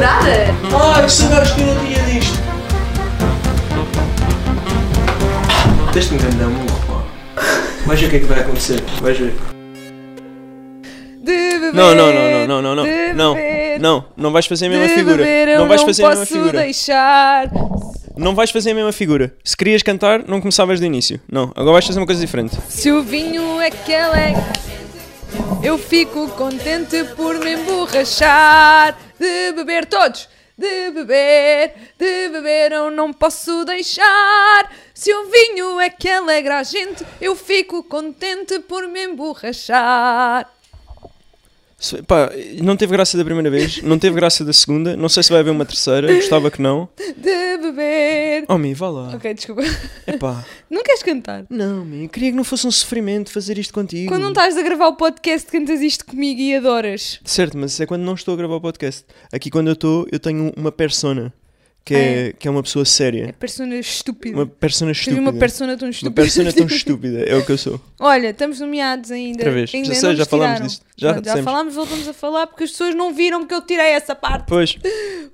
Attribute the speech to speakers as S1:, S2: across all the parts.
S1: nada!
S2: Ai, que saudades que eu não tinha disto. Deste-me um grande amor, pá. Vais ver o que é que vai acontecer. Vais ver.
S1: De beber,
S2: Não, não, não, não, não, não,
S1: de
S2: não.
S1: beber,
S2: Não, não vais fazer a
S1: de
S2: mesma figura.
S1: beber, eu
S2: Não vais fazer a mesma
S1: posso
S2: figura.
S1: deixar.
S2: Não vais fazer a mesma figura. Se querias cantar, não começavas do início. Não, agora vais fazer uma coisa diferente.
S1: Se o vinho é que ela é. Eu fico contente por me emborrachar. De beber todos, de beber, de beber eu não posso deixar. Se o vinho é que alegra a gente, eu fico contente por me emborrachar.
S2: Se- Pá, não teve graça da primeira vez, não teve graça da segunda, não sei se vai haver uma terceira, gostava que não.
S1: De beber.
S2: Oh, Mi, vá lá.
S1: Ok, desculpa.
S2: Epá.
S1: Não queres cantar?
S2: Não, Mi, queria que não fosse um sofrimento fazer isto contigo.
S1: Quando não estás a gravar o podcast, cantas isto comigo e adoras.
S2: Certo, mas isso é quando não estou a gravar o podcast. Aqui quando eu estou, eu tenho uma persona, que é, que é uma pessoa
S1: É
S2: séria.
S1: persona estúpida.
S2: Uma persona
S1: Tens
S2: estúpida.
S1: uma persona tão
S2: Uma
S1: estúpida.
S2: persona tão estúpida, é o que eu sou.
S1: Olha, estamos nomeados ainda.
S2: Outra vez.
S1: Ainda
S2: Já
S1: não
S2: sei,
S1: nos
S2: já falámos
S1: tiraram.
S2: disto. Já
S1: Pronto,
S2: dissemos.
S1: falámos, voltamos a falar porque as pessoas não viram que eu tirei essa parte.
S2: Pois,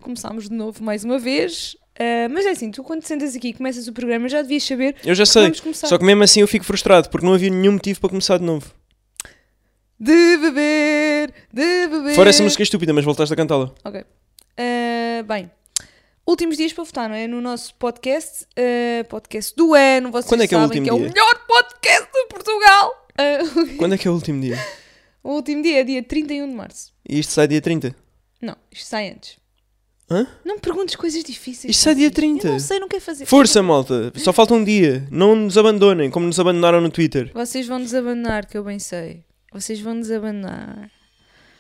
S1: Começámos de novo mais uma vez. Ah, mas é assim, tu quando te sentas aqui e começas o programa já devias saber.
S2: eu já sei.
S1: Vamos começar.
S2: Só que mesmo assim eu fico frustrado, porque não havia nenhum motivo para começar de novo.
S1: De beber, de beber.
S2: Fora essa música estúpida, mas voltaste a cantá-la.
S1: Ok. Ah, bem, últimos dias para votar, não é? No nosso podcast, ah, podcast do ano. Vocês
S2: Quando é que é o
S1: sabem
S2: último
S1: que é o
S2: dia?
S1: melhor podcast de Portugal. Ah,
S2: Quando é que é o último dia?
S1: o último dia é dia 31 de março.
S2: E isto sai dia 30?
S1: Não, isto sai antes.
S2: Hã?
S1: Não me perguntes coisas difíceis.
S2: Isto é dia 30.
S1: Eu não sei, não quero fazer.
S2: Força, malta! Só falta um dia. Não nos abandonem, como nos abandonaram no Twitter.
S1: Vocês vão nos abandonar, que eu bem sei. Vocês vão nos abandonar.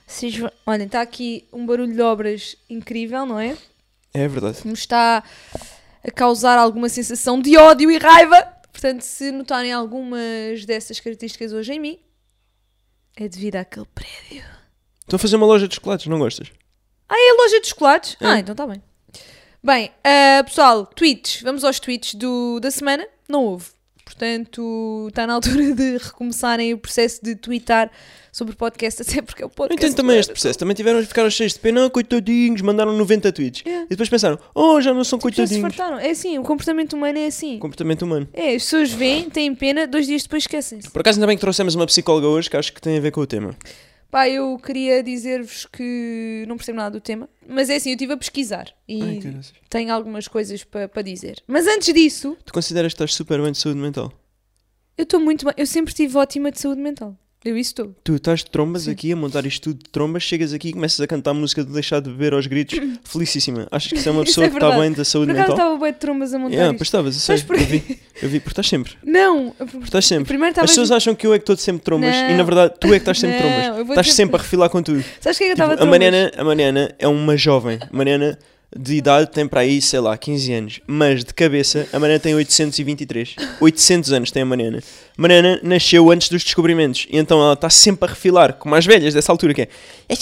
S1: Vocês vão... Olhem, está aqui um barulho de obras incrível, não é?
S2: É verdade.
S1: Que nos está a causar alguma sensação de ódio e raiva. Portanto, se notarem algumas dessas características hoje em mim, é devido àquele prédio.
S2: Estão a fazer uma loja de chocolates, não gostas?
S1: Ah, é a loja de chocolates? Ah, então está bem. Bem, ah, pessoal, tweets. Vamos aos tweets do, da semana. Não houve. Portanto, está na altura de recomeçarem o processo de tweetar sobre o podcast, até porque é o
S2: Não
S1: podcast.
S2: entendo também este processo. Também tiveram a ficar aos cheios de pena, "Ah, coitadinhos, mandaram 90 tweets.
S1: É.
S2: E depois pensaram, oh, já não são
S1: Já se
S2: coitadinhos.
S1: fartaram. É assim, o comportamento humano é assim.
S2: Comportamento humano.
S1: É, as pessoas veem, têm pena, dois dias depois esquecem-se.
S2: Por acaso, ainda bem que trouxemos uma psicóloga hoje que acho que tem a ver com o tema.
S1: Pá, eu queria dizer-vos que não percebo nada do tema, mas é assim, eu estive a pesquisar e
S2: Ai, caraças.
S1: tenho algumas coisas para dizer. Mas antes disso,
S2: Tu consideras que estás super bem de saúde mental?
S1: Eu estou muito bem. Eu sempre tive ótima de saúde mental. Eu isso estou.
S2: Tu estás de trombas aqui a montar isto tudo de trombas, chegas aqui e começas a cantar a música de deixar de beber aos gritos, felicíssima. Achas que isso é uma
S1: Isso
S2: pessoa
S1: é
S2: que está
S1: verdade.
S2: bem da saúde
S1: Por acaso
S2: mental?
S1: estava bem de trombas a montar
S2: Yeah,
S1: isto.
S2: pois estavas, eu sei.
S1: Mas porquê?
S2: Eu vi, eu vi, porque estás sempre.
S1: Não!
S2: Estás sempre.
S1: Primeiro
S2: As
S1: estava...
S2: pessoas acham que eu é que estou de sempre de trombas
S1: Não.
S2: e na verdade tu é que estás sempre de
S1: Não,
S2: trombas.
S1: eu vou
S2: Estás
S1: dizer-
S2: sempre a refilar com tudo.
S1: Sabes quem é que eu estava
S2: Tipo, a,
S1: de trombas?
S2: Mariana, a Mariana é uma jovem. A Mariana de idade tem para aí, sei lá, 15 anos. Mas de cabeça, a Mariana tem 823. 800 anos tem a Mariana. Mariana nasceu antes dos descobrimentos. E então ela está sempre a refilar, como as velhas dessa altura que é.
S3: Para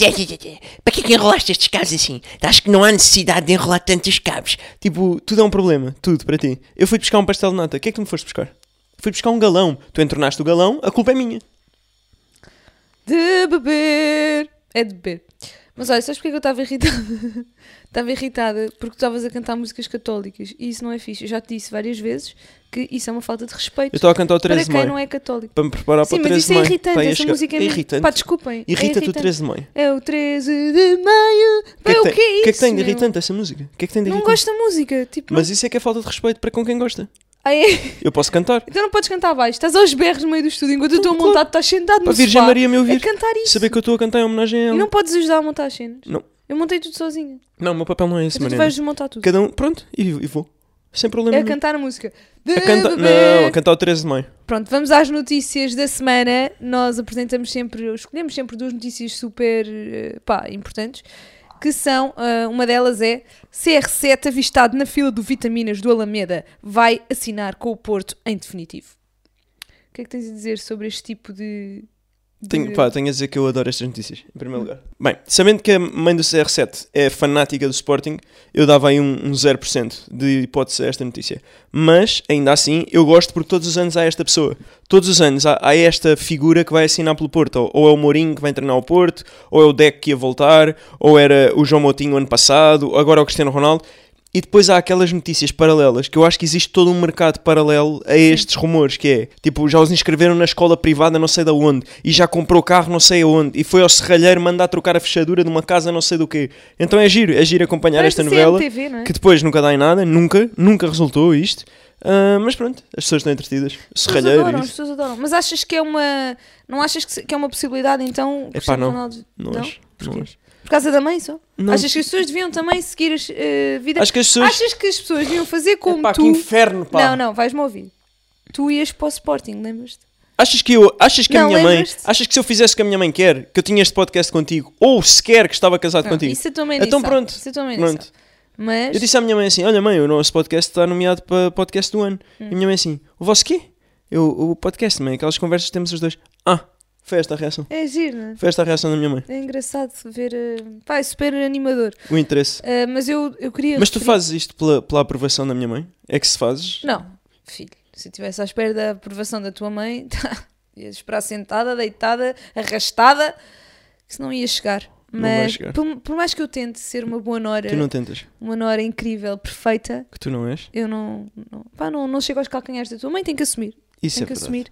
S3: que é que enrolaste estes cabos assim? Acho que não há necessidade de enrolar tantos cabos.
S2: Tipo, tudo é um problema. Tudo para ti. Eu fui buscar um pastel de nata. O que é que tu me foste buscar? Fui buscar um galão. Tu entornaste o galão, a culpa é minha.
S1: De beber! É de beber. Mas olha, sabes porque é que eu estava irritada? Estava irritada porque tu estavas a cantar músicas católicas e isso não é fixe. Eu já te disse várias vezes que isso é uma falta de
S2: Eu
S1: respeito
S2: estava a cantar o
S1: para
S2: 13 de
S1: quem
S2: maio.
S1: não é católico.
S2: Para me preparar
S1: Sim,
S2: para o
S1: mas
S2: 13
S1: isso
S2: de
S1: é
S2: maio.
S1: irritante.
S2: Está aí a
S1: Essa
S2: chegar.
S1: música é,
S2: é
S1: mesmo-
S2: irritante.
S1: Pá, desculpem. é
S2: Irrita-te o
S1: irritante.
S2: 13 de maio.
S1: É o 13 de maio.
S2: O que é
S1: Pá,
S2: que
S1: o
S2: tem-
S1: que é isso?
S2: o que é que tem de
S1: meu?
S2: irritante essa música? O que é que tem de
S1: Não
S2: irritante?
S1: gosto da música. Tipo, não-
S2: Mas isso é que é falta de respeito para com quem gosta.
S1: Ah, é?
S2: Eu posso cantar.
S1: Então não podes cantar baixo. Estás aos berros no meio do estúdio enquanto eu estou a
S2: Claro.
S1: montar, tu estás sentado no
S2: Para a Virgem
S1: sofá
S2: Maria me
S1: a
S2: ouvir.
S1: cantar É isso.
S2: Saber que eu estou a cantar em homenagem a
S1: E
S2: ela.
S1: não podes ajudar a montar as cenas.
S2: Não.
S1: Eu montei tudo sozinha.
S2: Não, o meu papel não é esse,
S1: Então tu
S2: Mariana.
S1: vais desmontar tudo.
S2: Cada um, pronto, e, e vou. Sem problema
S1: É a
S2: nenhum.
S1: cantar a música. De
S2: A canta-
S1: beber.
S2: Não, a cantar o 13 de maio.
S1: Pronto, vamos às notícias da semana. Nós apresentamos sempre, escolhemos sempre duas notícias super eh, pá, importantes, que são, eh, uma delas é CR7 avistado na fila do Vitaminas do Alameda vai assinar com o Porto em definitivo. O que é que tens a dizer sobre este tipo de
S2: Tenho, pá, tenho a dizer que eu adoro estas notícias, em primeiro lugar. Bem, sabendo que a mãe do CR7 é fanática do Sporting, eu dava aí um, um 0% de hipótese a esta notícia. Mas, ainda assim, eu gosto porque todos os anos há esta pessoa. Todos os anos há, há esta figura que vai assinar pelo Porto. Ou, ou é o Mourinho que vai treinar o Porto, ou é o Deco que ia voltar, ou era o João Moutinho ano passado, agora é o Cristiano Ronaldo. E depois há aquelas notícias paralelas que eu acho que existe todo um mercado paralelo a estes rumores, que é tipo, já os inscreveram na escola privada não sei de onde, e já comprou carro não sei aonde, e foi ao serralheiro mandar trocar a fechadura de uma casa não sei do quê. Então é giro, é giro acompanhar
S1: Parece
S2: esta novela
S1: CMTV, não é?
S2: que depois nunca dá em nada, nunca, nunca resultou isto. Ah, mas pronto, as pessoas estão entretidas.
S1: As pessoas
S2: Serralheiro,
S1: adoram, as
S2: isso.
S1: pessoas adoram. Mas achas que é uma. Não achas que se- que é uma possibilidade então? o Cristiano
S2: não.
S1: Ronaldo- então?
S2: Não acho, não
S1: Porquê?
S2: acho.
S1: é? Por causa da mãe só?
S2: Não.
S1: Achas que as pessoas deviam também seguir as eh, vidas?
S2: Acho que as pessoas-
S1: Achas que as pessoas deviam fazer como
S2: Epá,
S1: tu.
S2: que inferno, pá.
S1: Não, não, vais-me ouvir. Tu ias para o Sporting, lembras-te?
S2: Achas que eu, achas que a
S1: Não,
S2: minha mãe,
S1: lembras-te?
S2: achas que se eu fizesse o que a minha mãe quer, que eu tinha este podcast contigo, ou sequer que estava casado
S1: Não,
S2: contigo?
S1: Isso eu também
S2: Então
S1: disse, ah,
S2: pronto,
S1: Isso eu também
S2: pronto.
S1: disse. ah. Mas.
S2: Eu disse à minha mãe assim: Olha, mãe, o nosso podcast está nomeado para podcast do ano. E a minha mãe assim: O vosso quê? Eu, o podcast, mãe, aquelas conversas que temos os dois. Ah, foi esta a reação.
S1: É giro, não é?
S2: Foi esta a reação da minha mãe.
S1: É engraçado ver. eh, Pá, é super animador.
S2: O interesse.
S1: Ah, mas eu, eu queria.
S2: Mas tu
S1: referir-
S2: fazes isto pela, pela aprovação da minha mãe? É que se fazes?
S1: Não, filho, se eu estivesse à espera da aprovação da tua mãe, tá, ias esperar sentada, deitada, arrastada, que senão ia chegar.
S2: vai
S1: Mas
S2: chegar.
S1: Por, por mais que eu tente ser uma boa nora,
S2: Tu não tentas.
S1: uma nora incrível, perfeita,
S2: Que tu não és?
S1: eu não, não, pá, não, não chego aos calcanhares da tua mãe, tenho que assumir.
S2: Isso
S1: tenho
S2: é
S1: que
S2: verdade.
S1: assumir.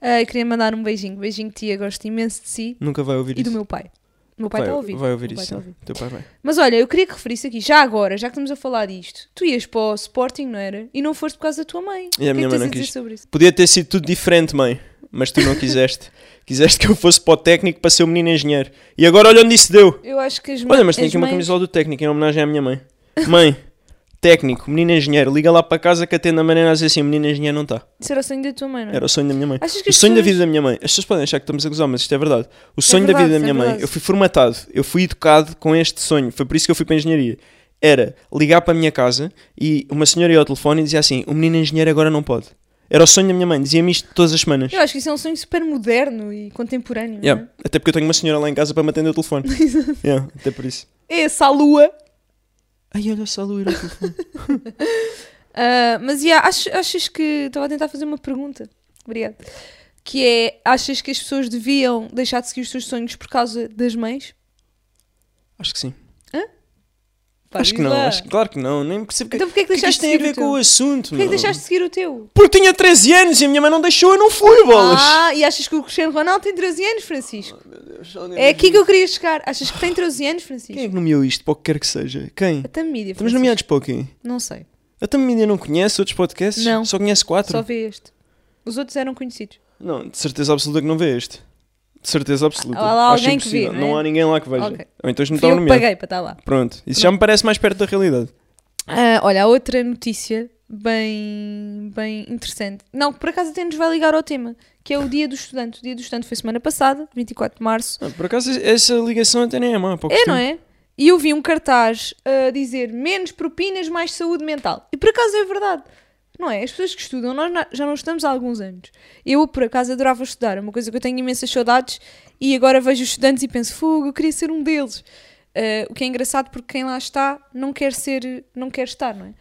S1: Ah, eu queria mandar um beijinho, beijinho tia, gosto imenso de si
S2: Nunca vai ouvir
S1: e
S2: isso.
S1: do meu pai. O meu pai está a ouvir.
S2: Vai
S1: O
S2: ouvir
S1: meu pai tá
S2: isso.
S1: a
S2: não.
S1: ouvir.
S2: Teu pai vai.
S1: Mas olha, eu queria que referisse aqui, já agora, já que estamos a falar disto, tu ias para o Sporting, não era? E não foste por causa da tua mãe.
S2: E a
S1: O que é
S2: minha
S1: que
S2: mãe
S1: tens
S2: não
S1: a dizer
S2: quis.
S1: sobre isso?
S2: Podia ter sido tudo diferente, mãe, mas tu não quiseste. quiseste que eu fosse para o técnico para ser o menino engenheiro. E agora olha onde isso deu.
S1: Eu acho que as
S2: Olha, mas tem
S1: as
S2: aqui uma
S1: mães-
S2: camisola do técnico em homenagem à minha mãe. Mãe, técnico, menino engenheiro, liga lá para casa que atende a maneira a dizer assim: menino engenheiro não está.
S1: Isso era o sonho da tua mãe, não é?
S2: Era o sonho da minha mãe.
S1: Achas que
S2: O
S1: as
S2: sonho da
S1: pessoas-
S2: vida da minha mãe. As pessoas podem achar que estamos a gozar, mas isto é verdade. O sonho da
S1: verdade,
S2: vida
S1: é
S2: da minha mãe,
S1: verdade.
S2: eu fui formatado, eu fui educado com este sonho. Foi por isso que eu fui para a engenharia. Era ligar para a minha casa e uma senhora ia ao telefone e dizia assim: o menino engenheiro agora não pode. Era o sonho da minha mãe, dizia-me isto todas as semanas.
S1: Eu acho que isso é um sonho super moderno e contemporâneo.
S2: Yeah,
S1: não é?
S2: Até porque eu tenho uma senhora lá em casa para me atender o telefone. Yeah, até por isso.
S1: é? Essa a lua.
S2: Ai, olha só a lua ir ao telefone.
S1: Ah, mas yeah, ach- achas que. Estava a tentar fazer uma pergunta. Obrigada. Que é: achas que as pessoas deviam deixar de seguir os seus sonhos por causa das mães?
S2: Acho que sim.
S1: Pá,
S2: acho que
S1: diz
S2: não,
S1: lá.
S2: acho que claro que não, nem percebo que,
S1: Então porquê é que
S2: que isto
S1: deixaste de
S2: tem a
S1: seguir o
S2: ver
S1: teu?
S2: com o assunto.
S1: Porquê é que
S2: não.
S1: deixaste de seguir o teu?
S2: Porque eu tinha 13 anos e a minha mãe não deixou, eu não fui, bolas.
S1: Ah, e achas que o Cristiano Ronaldo tem 13 anos, Francisco? É aqui que eu queria chegar. Achas que tem 13 anos,
S2: Quem é
S1: Francisco?
S2: que nomeou isto, para o que quer que seja? Quem?
S1: Até mídia.
S2: Estamos
S1: Francisco.
S2: nomeados para o quê?
S1: Não sei.
S2: A Tamo Mídia não conhece outros podcasts?
S1: Não.
S2: Só conhece quatro?
S1: Só vê este. Os outros eram conhecidos.
S2: Não, de certeza absoluta que não vê este. De certeza absoluta.
S1: Há lá
S2: Acho
S1: alguém que vê,
S2: impossível.
S1: não é?
S2: há ninguém lá que veja.
S1: Ok.
S2: Ou então isto não
S1: Fui
S2: está
S1: eu que
S2: nomeado.
S1: paguei para estar lá.
S2: Pronto, isso já me parece mais perto da realidade.
S1: Ah, olha, há outra notícia bem, bem interessante. Não, que por acaso até nos vai ligar ao tema, que é o Dia do Estudante. O Dia do Estudante foi semana passada, 24 de março.
S2: Ah, por acaso essa ligação até nem é má. Para o
S1: É,
S2: costume.
S1: não é? E eu vi um cartaz a dizer menos propinas, mais saúde mental. E por acaso é verdade. Não é? As pessoas que estudam, nós na- já não estamos há alguns anos. Eu, por acaso, adorava estudar. É uma coisa que eu tenho imensas saudades. E agora vejo os estudantes e penso, fogo, eu queria ser um deles. Ah, o que é engraçado porque quem lá está não quer ser, não quer estar, não é?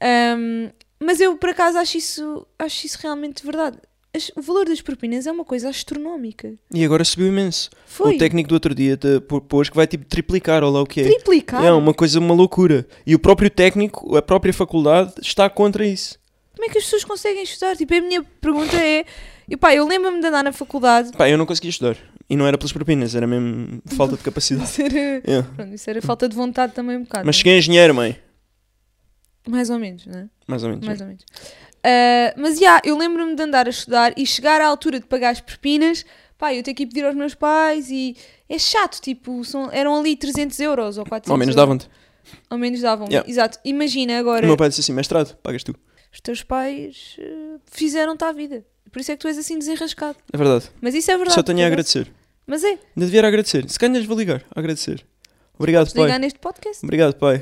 S1: Ahm, mas eu, por acaso, acho isso, acho isso realmente verdade. As- o valor das propinas é uma coisa astronómica.
S2: E agora subiu imenso.
S1: Foi.
S2: O técnico do outro dia te- pô- pôs que vai tipo triplicar, ou lá o que é.
S1: Triplicar?
S2: É uma coisa, uma loucura. E o próprio técnico, a própria faculdade, está contra isso.
S1: Como é que as pessoas conseguem estudar? Tipo, a minha pergunta é. E pá, eu lembro-me de andar na faculdade.
S2: Pá, eu não conseguia estudar. E não era pelas propinas, era mesmo falta de capacidade.
S1: Isso era,
S2: É.
S1: pronto, isso era falta de vontade também um bocado.
S2: Mas cheguei a engenheiro, mãe.
S1: né? Mais ou menos, né?
S2: Mais ou menos.
S1: Mais ou menos. Ah, mas já, eu lembro-me de andar a estudar e chegar à altura de pagar as propinas. Pá, eu tenho que ir pedir aos meus pais e é chato, tipo, são- eram ali 300 euros ou 400
S2: Ao menos
S1: euros.
S2: davam-te.
S1: Ao menos davam,
S2: Yeah.
S1: exato. Imagina
S2: O
S1: agora,
S2: meu pai disse assim: mestrado, pagas tu.
S1: os teus pais eh, fizeram-te à vida. Por isso é que tu és assim desenrascado.
S2: É verdade.
S1: Mas isso é verdade.
S2: Só tenho a
S1: por acaso.
S2: agradecer.
S1: Mas é,
S2: Ainda devia agradecer. Se calhar vou ligar, a agradecer. Obrigado,
S1: desligar
S2: pai.
S1: neste podcast.
S2: Obrigado, pai.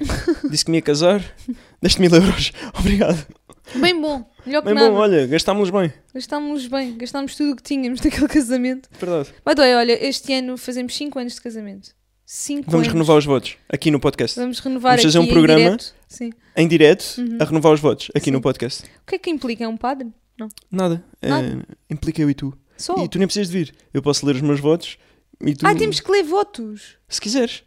S2: Disse que me ia casar. Deste mil euros. Obrigado.
S1: Bem bom, melhor que
S2: Bem
S1: nada.
S2: bom, olha, gastámos bem.
S1: Gastámos bem, gastámos tudo o que tínhamos daquele casamento.
S2: Verdade.
S1: Mas dói, olha, este ano fazemos 5 anos de casamento. 5
S2: Vamos
S1: anos.
S2: renovar os votos aqui no podcast.
S1: Vamos Uhum. renovar
S2: Vamos fazer
S1: aqui
S2: um
S1: em
S2: programa.
S1: direto. Sim.
S2: Em direto, a renovar os votos aqui no podcast.
S1: O que é que implica? É um padre? Não.
S2: Nada. É,
S1: Nada.
S2: implica eu e tu.
S1: Só.
S2: E tu nem precisas de vir. Eu posso ler os meus votos e tu.
S1: Ah, temos que ler votos.
S2: Se quiseres.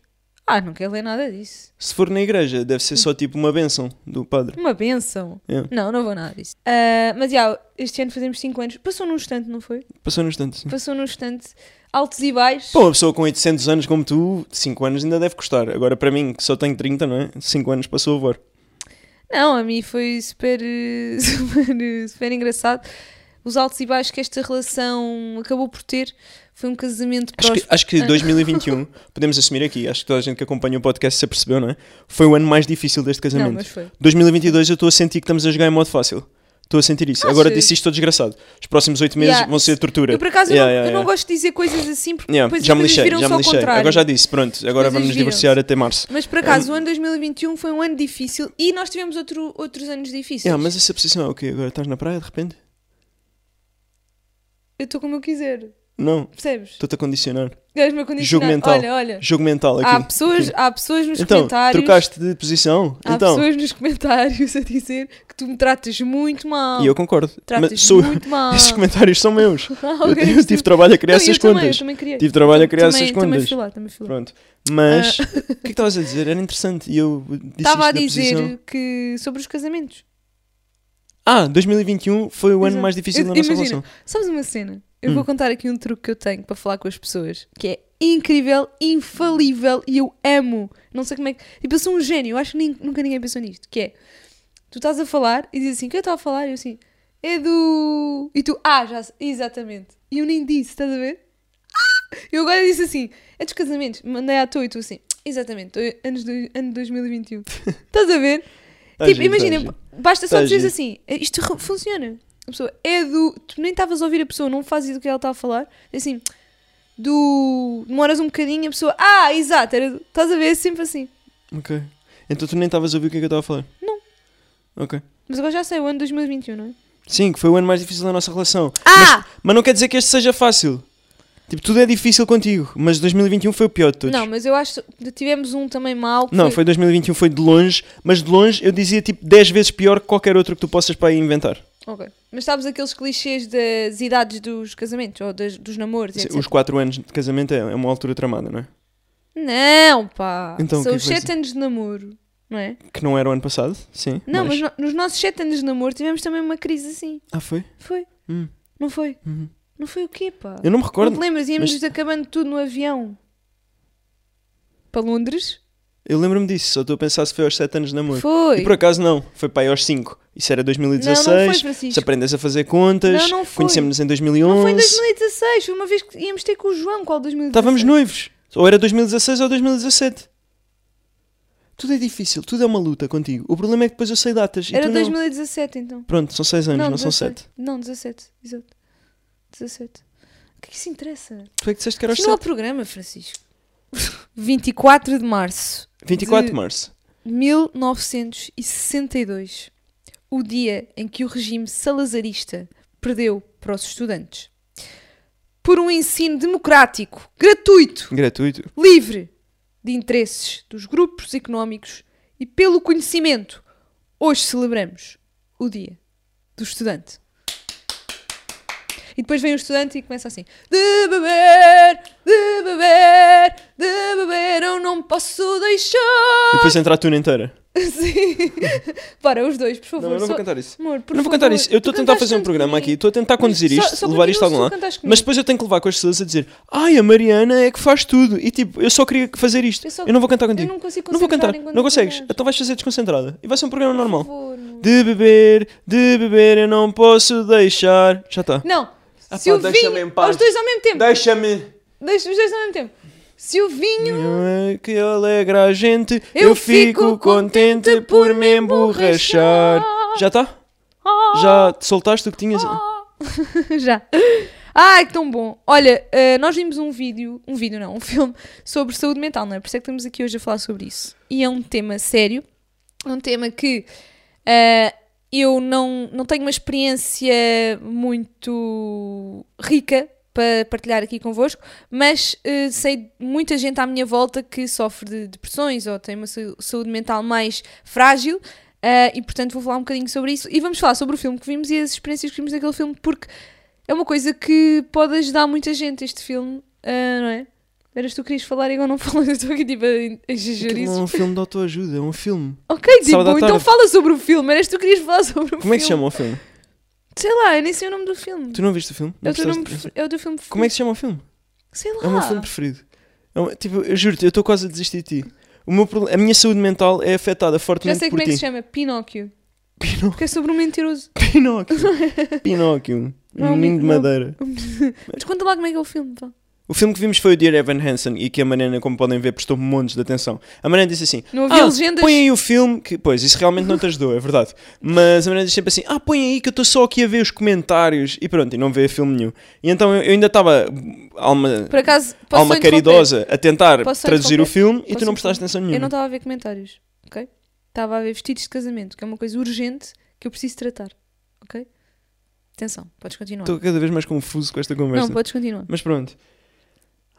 S1: Ah, não quero ler nada disso.
S2: Se for na igreja, deve ser só tipo uma benção do padre.
S1: Uma benção.
S2: É.
S1: Não, não vou nada disso. Ah, mas já, este ano fazemos 5 anos. Passou num instante, não foi?
S2: Passou no instante. sim.
S1: Passou num instante. Altos e baixos.
S2: Pô, uma pessoa com 800 anos como tu, 5 anos ainda deve custar. Agora, para mim, que só tenho 30, não é? 5 anos passou a voar.
S1: Não, a mim foi super, eh, super, eh, super engraçado. Os altos e baixos que esta relação acabou por ter foi um casamento
S2: Acho que,
S1: próspero.
S2: acho que 2021, podemos assumir aqui, acho que toda a gente que acompanha o podcast se apercebeu, não é? Foi o ano mais difícil deste é casamento.
S1: Não, mas foi.
S2: 2022 eu estou a sentir que estamos a jogar em modo fácil. Estou a sentir isso. Agora
S1: Achas?
S2: disse isto, estou desgraçado. Os próximos 8 meses
S1: Ah, Yeah.
S2: vão ser tortura.
S1: Eu por acaso
S2: Yeah,
S1: eu, não,
S2: yeah,
S1: eu não
S2: yeah.
S1: gosto de dizer coisas assim porque
S2: Yeah,
S1: depois
S2: já
S1: as
S2: me
S1: coisas
S2: lixei,
S1: viram
S2: já
S1: só
S2: me
S1: ao
S2: lixei.
S1: contrário.
S2: Agora já disse, pronto, agora
S1: coisas
S2: vamos nos
S1: viram-se.
S2: divorciar até março.
S1: Mas por acaso o
S2: Hum.
S1: ano 2021 foi um ano difícil e nós tivemos outro, outros anos difíceis.
S2: Yeah, mas essa posição é o quê? Agora estás na praia de repente?
S1: Eu estou como eu quiser,
S2: Não,
S1: percebes?
S2: estou-te a condicionar.
S1: Gás-me a condicionar.
S2: Jogo mental.
S1: Olha, olha.
S2: Jogo mental aqui.
S1: Há pessoas, há pessoas nos
S2: Então,
S1: comentários.
S2: trocaste de posição?
S1: Há
S2: então,
S1: pessoas nos comentários a dizer que tu me tratas muito mal.
S2: e eu concordo.
S1: Tratas
S2: sou-
S1: muito mal.
S2: Esses comentários são meus.
S1: Ah,
S2: Eu-
S1: ok,
S2: eu,
S1: isto-
S2: tive trabalho a
S1: Não,
S2: criar essas
S1: eu também,
S2: contas.
S1: eu também queria.
S2: Tive trabalho a criar
S1: também,
S2: essas
S1: Também
S2: contas.
S1: fui lá, também fui lá. Ah.
S2: Pronto. Mas, o que é que estavas a dizer? Era interessante. E eu disse isto é
S1: Estava a
S2: da
S1: dizer
S2: posição.
S1: que sobre os casamentos.
S2: Ah, 2021 foi o ano
S1: Exato.
S2: mais difícil
S1: Eu-
S2: da nossa
S1: imagina,
S2: relação. Hum.
S1: Sabes uma cena? Eu vou contar aqui um truque que eu tenho para falar com as pessoas, que é incrível, infalível e eu amo. Não sei como é que. Tipo, eu sou um gênio, eu acho que nin- nunca ninguém pensou nisto. Que é: tu estás a falar e diz assim, o que eu estava a falar? E eu assim, é do. E tu, ah, já, sei, exatamente. E eu nem disse, estás a ver? Ah! Eu agora disse assim, é dos casamentos, mandei à toa e tu assim, exatamente, tô- anos do, ano 2021. estás a ver?
S2: Tá
S1: tipo,
S2: giro, tá
S1: imagina,
S2: giro.
S1: basta só
S2: Tá
S1: dizeres
S2: giro.
S1: assim, isto re- funciona. A pessoa é do. Tu nem estavas a ouvir a pessoa, não fazes do que ela estava a falar. É assim, do. Demoras um bocadinho, a pessoa. Ah, exato, era do- estás a ver? É sempre assim.
S2: Ok. Então tu nem estavas a ouvir o que é que eu estava a falar?
S1: Não.
S2: Ok.
S1: Mas agora já sei, o ano 2021, não é?
S2: Sim, que foi o ano mais difícil da nossa relação.
S1: Ah!
S2: Mas, mas não quer dizer que este seja fácil. Tipo, tudo é difícil contigo, mas 2021 foi o pior de todos.
S1: Não, mas eu acho que tivemos um também mau. que
S2: Não, foi 2021, foi de longe, mas de longe eu dizia tipo 10 vezes pior que qualquer outro que tu possas para aí inventar.
S1: Ok. Mas sabes aqueles clichês das idades dos casamentos ou das- dos namoros,
S2: Sim,
S1: etc.
S2: Os 4 anos de casamento é é uma altura tramada, não é?
S1: Não, pá!
S2: Então, o
S1: São
S2: que é
S1: os
S2: que foi
S1: 7 anos de namoro, não é?
S2: Que não era o ano passado, sim.
S1: Não, mas, no- nos nossos 7 anos de namoro tivemos também uma crise assim.
S2: Ah, foi?
S1: Foi.
S2: Hum.
S1: Não foi? Não foi o quê, pá?
S2: Eu não me
S1: Não
S2: recordo.
S1: te lembras? Íamos acabando tudo no avião. Para Londres?
S2: Eu lembro-me disso, só estou a pensar se foi aos 7 anos de namoro.
S1: Foi.
S2: E por acaso não, foi para aí aos 5. Isso era 2016.
S1: Não, não foi, Francisco.
S2: se aprendes a fazer contas,
S1: Não, não foi.
S2: conhecemos-nos em 2011.
S1: Não foi em 2016, foi uma vez que íamos ter com o João, qual 2016?
S2: Estávamos noivos. Ou era 2016 ou 2017. Tudo é difícil, tudo é uma luta contigo. O problema é que depois eu sei datas. e
S1: Era
S2: tu não.
S1: 2017 então.
S2: Pronto, são 6 anos, não, são
S1: 17.
S2: 7.
S1: Não, 17, exato. 17. O que é que isso interessa?
S2: Tu é que disseste que era aos
S1: Isso não é
S2: 7.
S1: programa, Francisco. 24 de março
S2: 24 de
S1: de-
S2: março.
S1: 1962, o dia em que o regime salazarista perdeu para os estudantes. Por um ensino democrático, gratuito,
S2: Gratuito.
S1: livre de interesses dos grupos económicos e pelo conhecimento, hoje celebramos o Dia do Estudante. E depois vem o estudante e começa assim: De beber, de beber, de beber, eu não posso deixar.
S2: E depois entra a tuna inteira.
S1: Sim. Para, os dois, por favor.
S2: Não, eu não vou
S1: só-
S2: cantar isso.
S1: Amor, por
S2: não vou
S1: favor.
S2: cantar isso. Eu estou a
S1: Tu
S2: tentar
S1: cantaste
S2: fazer um
S1: tanto
S2: programa
S1: comigo.
S2: aqui, estou a tentar conduzir
S1: Só-
S2: isto,
S1: só
S2: levar isto a algum
S1: continua se tu
S2: lado.
S1: cantares comigo.
S2: Mas depois eu tenho que levar com as pessoas a dizer: Ai, a Mariana é que faz tudo. E tipo, eu só queria fazer isto.
S1: Eu
S2: Eu,
S1: só-
S2: não vou cantar
S1: Eu
S2: contigo.
S1: não consigo
S2: não vou cantar.
S1: concentrar enquanto
S2: Não consegues.
S1: cantas.
S2: Então vais fazer desconcentrada. E vai ser um programa normal.
S1: Por favor, amor.
S2: De beber, de beber, eu não posso deixar. Já está.
S1: Não.
S2: Ah,
S1: Se
S2: pá,
S1: o
S2: deixa-me em
S1: vinho.
S2: paz.
S1: Os dois ao mesmo tempo.
S2: Deixa-me.
S1: Deixa os dois ao mesmo tempo. Se o vinho.
S2: Que alegra a gente.
S1: Eu
S2: Eu, fico
S1: fico
S2: contente por me emborrachar.
S1: emborrachar. Oh,
S2: Já está?
S1: Ah,
S2: Já te soltaste o que tinhas? é
S1: Já. Ai, que tão bom. Olha, eh, nós vimos um vídeo, um vídeo não, um filme sobre saúde mental, não é? Por isso é que estamos aqui hoje a falar sobre isso. E é um tema sério, é um tema que eh, eu não, não tenho uma experiência muito rica para partilhar aqui convosco, mas eh, sei de muita gente à minha volta que sofre de depressões ou tem uma sa- saúde mental mais frágil. eh, e portanto vou falar um bocadinho sobre isso e vamos falar sobre o filme que vimos e as experiências que vimos naquele filme porque é uma coisa que pode ajudar muita gente este filme, eh, não é? Eras tu que querias falar e eu não falo, eu estou aqui tipo a exagerar
S2: Aquilo
S1: isso.
S2: não é um filme de autoajuda, é um filme.
S1: Ok, tipo,
S2: Sábado à
S1: então
S2: tarde.
S1: fala sobre o filme. Eras tu que querias falar sobre o Um filme.
S2: Como é que se chama o filme?
S1: Sei lá, eu nem sei o nome do filme.
S2: Tu não viste o filme?
S1: é,
S2: Não
S1: o teu
S2: gostaste?
S1: nome prefe- é o teu filme
S2: Como é que se chama o filme?
S1: que... Sei lá.
S2: É o meu filme preferido. É um- tipo, eu juro-te, eu estou quase a desistir de ti. O meu proble- A minha saúde mental é afetada
S1: Já
S2: fortemente
S1: sei
S2: por
S1: como é que se
S2: ti.
S1: chama. Pinóquio.
S2: Pinó-
S1: Porque é sobre um mentiroso.
S2: Pinóquio. Pinóquio.
S1: Não, é
S2: Um ninho de
S1: não.
S2: madeira.
S1: Mas conta lá como é que é o filme, vá.
S2: O filme que vimos foi o Dear Evan Hansen e que a Mariana, como podem ver, prestou montes de atenção. A Mariana disse assim:
S1: Não havia
S2: "Ah,
S1: legendas?"
S2: Põe aí o filme, que, pois, isso realmente não te ajudou, é verdade. Mas a Mariana diz sempre assim: Ah, põe aí que eu estou só aqui a ver os comentários e pronto, e não vê filme nenhum. E então eu, eu ainda estava, alma,
S1: Por acaso, posso
S2: alma
S1: só interromper?
S2: caridosa, Hum. a tentar
S1: Posso só
S2: traduzir o
S1: interromper?
S2: filme e
S1: Posso
S2: tu não prestaste atenção nenhuma.
S1: Eu não estava a ver comentários, ok? Estava a ver vestidos de casamento, que é uma coisa urgente que eu preciso tratar, ok? Atenção, podes continuar.
S2: Estou cada vez mais confuso com esta conversa.
S1: Não, podes continuar.
S2: Mas pronto.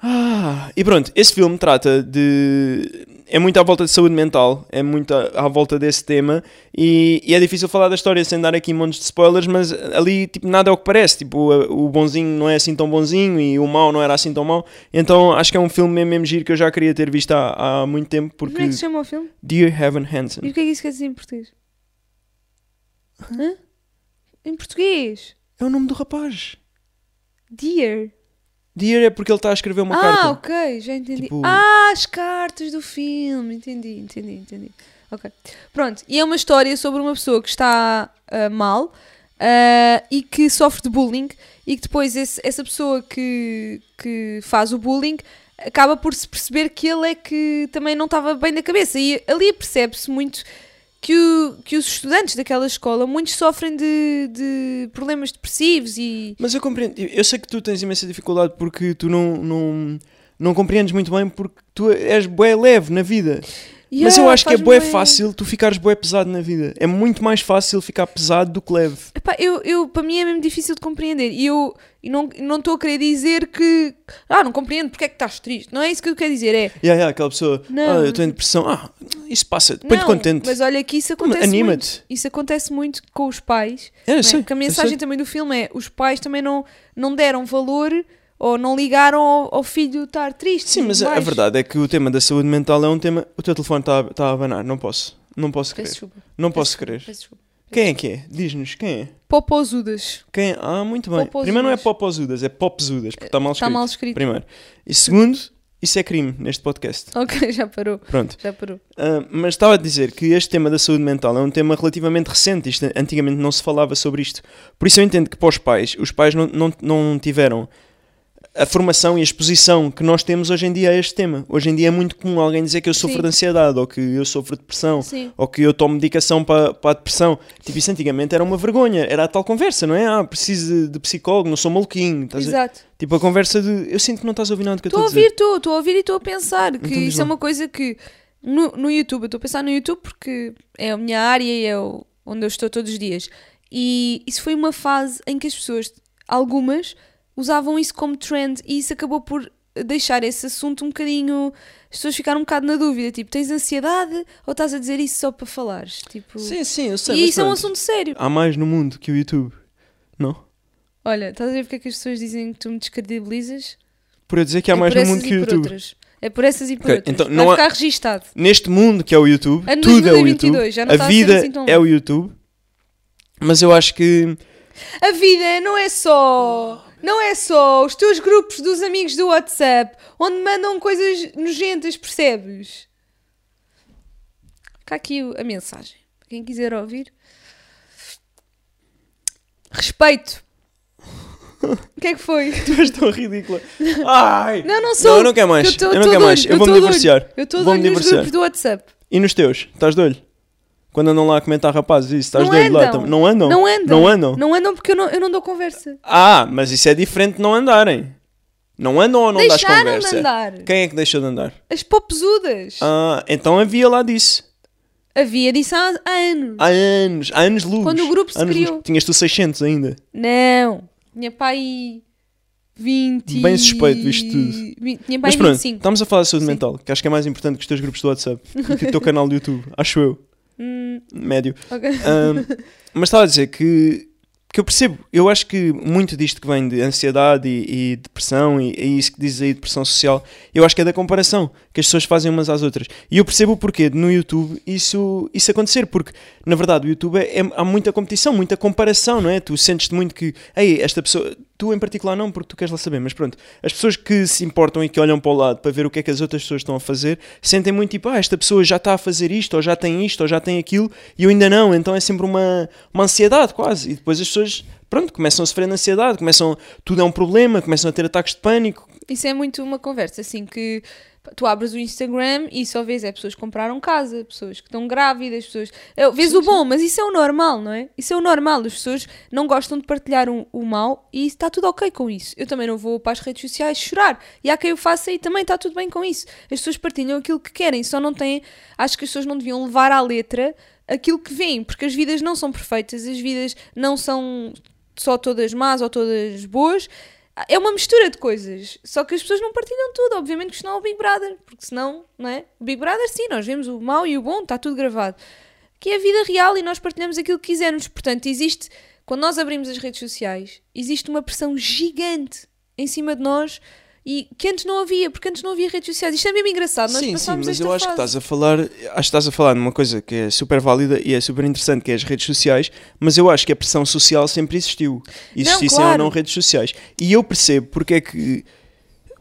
S2: Ah, e pronto, esse filme trata de. É muito à volta de saúde mental, é muito à, à volta desse tema e, e é difícil falar da história sem dar aqui montes de spoilers, mas ali tipo, nada é o que parece. Tipo, a- o bonzinho não é assim tão bonzinho e o mau não era assim tão mau. Então acho que é um filme mesmo, mesmo giro que eu já queria ter visto há, há muito tempo porque.
S1: Como é que se chama o filme?
S2: Dear Evan Hansen.
S1: E o que é que isso quer dizer em português? Hã? Em português?
S2: É o nome do rapaz.
S1: Dear.
S2: Dear é porque ele está a escrever uma
S1: ah,
S2: carta.
S1: ok, já entendi.
S2: Tipo-
S1: Ah, as cartas do filme, entendi, entendi, entendi. Ok, pronto. E é uma história sobre uma pessoa que está ah, mal ah, e que sofre de bullying e que depois esse- essa pessoa que, que faz o bullying acaba por se perceber que ele é que também não estava bem da cabeça. E ali percebe-se muito que, o- que os estudantes daquela escola, muitos sofrem de, de problemas depressivos e...
S2: Mas eu compreendo. Eu- Eu sei que tu tens imensa dificuldade porque tu não, não, não compreendes muito bem porque tu és bué leve na vida. Mas eu
S1: Yeah,
S2: acho que é
S1: ah, faz-me
S2: bué
S1: bem.
S2: fácil tu ficares bué pesado na vida. É muito mais fácil ficar pesado do que leve.
S1: Epá, eu, eu, para mim é mesmo difícil de compreender. E eu e não não estou a querer dizer que. Ah, não compreendo porque é que estás triste. Não é isso que eu quero dizer. É.
S2: E aí, aquela pessoa,
S1: Não.
S2: ah, eu tenho depressão. Ah, isso passa, põe-te
S1: não,
S2: contente.
S1: Mas olha que isso acontece.
S2: anima-te.
S1: muito. Isso acontece muito com os pais.
S2: É, eu
S1: não é?
S2: sei,
S1: Porque a
S2: eu
S1: mensagem
S2: sei.
S1: também do filme é: os pais também não, não deram valor ou não ligaram ao, ao filho estar triste. e
S2: Sim, mas
S1: tudo
S2: a- a
S1: mais.
S2: verdade é que o tema da saúde mental é um tema. O teu telefone está a, tá a abanar, não posso. Não posso
S1: Peço
S2: crer.
S1: desculpa.
S2: Não posso
S1: desculpa,
S2: crer.
S1: Peço desculpa.
S2: Quem é que é? Diz-nos, quem é?
S1: Popozudas.
S2: Quem é? Ah, muito bem.
S1: Popozudas.
S2: Primeiro não é popozudas, é popzudas, porque está mal
S1: Está
S2: escrito.
S1: mal escrito.
S2: Primeiro. E segundo, isso é crime neste podcast.
S1: Ok, já parou.
S2: Pronto.
S1: Já parou.
S2: Ah, mas estava a dizer que este tema da saúde mental é um tema relativamente recente. Isto, antigamente não se falava sobre isto. Por isso eu entendo que para os pais, os pais não, não, não tiveram a formação e a exposição que nós temos hoje em dia a este tema. Hoje em dia é muito comum alguém dizer que eu sofro
S1: Sim.
S2: de ansiedade ou que eu sofro de depressão
S1: Sim.
S2: ou que eu tomo medicação para, para a depressão. Tipo, isso antigamente era uma vergonha. Era a tal conversa, não é? Ah, preciso de, de psicólogo, não sou maluquinho. estás a-
S1: Exato.
S2: Tipo, a conversa de eu sinto que não estás a ouvir nada do que eu
S1: Estou
S2: estou
S1: a
S2: a dizer. Então
S1: ouvir, estou, estou a ouvir e estou a pensar que
S2: diz
S1: isto é
S2: lá.
S1: uma coisa que no, no YouTube, eu estou a pensar no YouTube porque é a minha área e é o- onde eu estou todos os dias. E isso foi uma fase em que as pessoas, algumas, usavam isso como trend e isso acabou por deixar esse assunto um bocadinho. As pessoas ficaram um bocado na dúvida, tipo, tens ansiedade ou estás a dizer isso só para falares? Tipo,
S2: Sim, sim, eu sei.
S1: e
S2: mas
S1: isso é um
S2: pronto.
S1: assunto sério.
S2: Há mais no mundo que o YouTube. Não?
S1: Olha, estás a ver porque é que as pessoas dizem que tu me descredibilizas?
S2: Por eu dizer que há
S1: é
S2: mais
S1: por
S2: no
S1: essas
S2: mundo
S1: e
S2: que o
S1: por
S2: YouTube.
S1: outras. É por essas e por
S2: Ok,
S1: outras.
S2: então
S1: Vai
S2: não há-
S1: ficar registado.
S2: Neste mundo que é o YouTube,
S1: Ano
S2: tudo é o
S1: 2022,
S2: YouTube.
S1: já não
S2: a
S1: está a ser
S2: vida
S1: assim tão
S2: é o YouTube. Mas eu acho que.
S1: A vida não é só. Não é só os teus grupos dos amigos do WhatsApp onde mandam coisas nojentas, percebes? Cá aqui o- a mensagem. para Quem quiser ouvir. Respeito. O que é que foi?
S2: Tu és tão ridícula. Ai!
S1: Não, não sou.
S2: eu não quero mais.
S1: tô-
S2: eu não
S1: tô
S2: quero
S1: de
S2: mais.
S1: olho,
S2: Eu
S1: tô
S2: vou-me
S1: de olho.
S2: divorciar.
S1: Eu estou de
S2: Vou-me
S1: olho nos
S2: divorciar.
S1: grupos do WhatsApp.
S2: E nos teus? Estás de olho? Quando andam lá a comentar rapazes, isso, estás
S1: Não
S2: de olho lá?
S1: andam.
S2: tam- Não andam?
S1: Não andam.
S2: Não andam?
S1: Não andam porque eu não, eu não dou conversa.
S2: Ah, mas isso é diferente de não andarem. Não andam ou não dás
S1: Deixaram de
S2: conversa?
S1: andar.
S2: Quem é que deixou de andar?
S1: As popzudas.
S2: Ah, então havia lá disso.
S1: Havia disso há há anos.
S2: Há anos, há anos luz.
S1: Quando o grupo se
S2: anos luz.
S1: criou.
S2: Tinhas tu 600 ainda.
S1: Não. Tinha pai 20.
S2: Bem suspeito isto tudo.
S1: Vin- Tinha pai
S2: Mas pronto,
S1: 25.
S2: estamos a falar de saúde mental, que acho que é mais importante que os teus grupos do WhatsApp e que o teu canal do YouTube, acho eu. Médio.
S1: Hum, Ok.
S2: Ahm, mas estava a dizer que, que eu percebo, eu acho que muito disto que vem de ansiedade e, e depressão, e, e isso que diz aí depressão social, eu acho que é da comparação que as pessoas fazem umas às outras. E eu percebo o porquê de no YouTube isso, isso acontecer, porque na verdade o YouTube é, é- há muita competição, muita comparação, não é? Tu sentes-te muito que, ei, esta pessoa, tu em particular não, porque tu queres lá saber, mas pronto, as pessoas que se importam e que olham para o lado para ver o que é que as outras pessoas estão a fazer, sentem muito tipo, ah, esta pessoa já está a fazer isto, ou já tem isto, ou já tem aquilo, e eu ainda não, então é sempre uma, uma ansiedade quase. E depois as pessoas, pronto, começam a sofrer de ansiedade, começam, tudo é um problema, começam a ter ataques de pânico.
S1: Isso é muito uma conversa, assim, que pá, tu abres o Instagram e só vês é pessoas que compraram casa, pessoas que estão grávidas, pessoas... é, Vês o bom, mas isso é o normal, não é? Isso é o normal, as pessoas não gostam de partilhar o, o mal e está tudo ok com isso. Eu também não vou para as redes sociais chorar e há quem o faça e também está tudo bem com isso. As pessoas partilham aquilo que querem, só não têm... Acho que as pessoas não deviam levar à letra aquilo que vêm, porque as vidas não são perfeitas, as vidas não são só todas más ou todas boas. É uma mistura de coisas. Só que as pessoas não partilham tudo, obviamente, que senão é o Big Brother. Porque senão, não é? O Big Brother, sim, nós vemos o mau e o bom, está tudo gravado. Que é a vida real e nós partilhamos aquilo que quisermos. Portanto, existe, quando nós abrimos as redes sociais, existe uma pressão gigante em cima de nós e que antes não havia, porque antes não havia redes sociais. Isto é mesmo engraçado. Nós
S2: sim, sim,
S1: passámos
S2: mas
S1: esta
S2: eu acho que
S1: fase.
S2: estás a falar, acho que estás a falar de uma coisa que é super válida e é super interessante, que é as redes sociais, mas eu acho que a pressão social sempre existiu. Existissem
S1: claro.
S2: ou não redes sociais. E eu percebo porque é que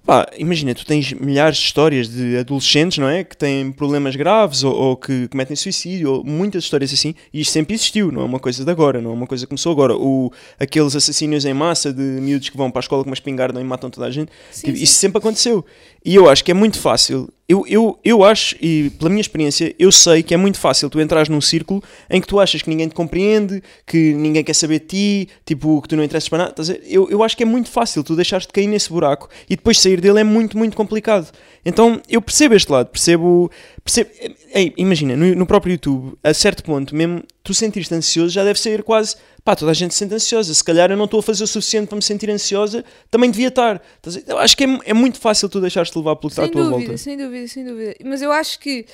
S2: Pá, imagina, tu tens milhares de histórias de adolescentes, não é? Que têm problemas graves ou, ou que cometem suicídio, ou muitas histórias assim, e isto sempre existiu, não é uma coisa de agora, não é uma coisa que começou agora. O, aqueles assassínios em massa de miúdos que vão para a escola com uma espingarda e matam toda a gente,
S1: Sim,
S2: Tipo,
S1: sim.
S2: isso sempre aconteceu. E eu acho que é muito fácil, eu, eu, eu acho, e pela minha experiência, eu sei que é muito fácil tu entras num círculo em que tu achas que ninguém te compreende, que ninguém quer saber de ti, tipo, que tu não interessas para nada. Estás a ver? Eu, eu acho que é muito fácil tu deixares-te cair nesse buraco e depois sair dele é muito, muito complicado. Então eu percebo este lado, percebo. percebo ei, imagina, no, no próprio YouTube, a certo ponto, mesmo tu sentires-te ansioso, já deve ser quase. Pá, toda a gente se sente ansiosa. Se calhar eu não estou a fazer o suficiente para me sentir ansiosa, também devia estar. Estás a ver? Eu acho que é, é muito fácil tu deixares-te levar pelo que está à
S1: Sem
S2: tua
S1: dúvida,
S2: volta.
S1: sem dúvida, sem dúvida. Mas eu acho que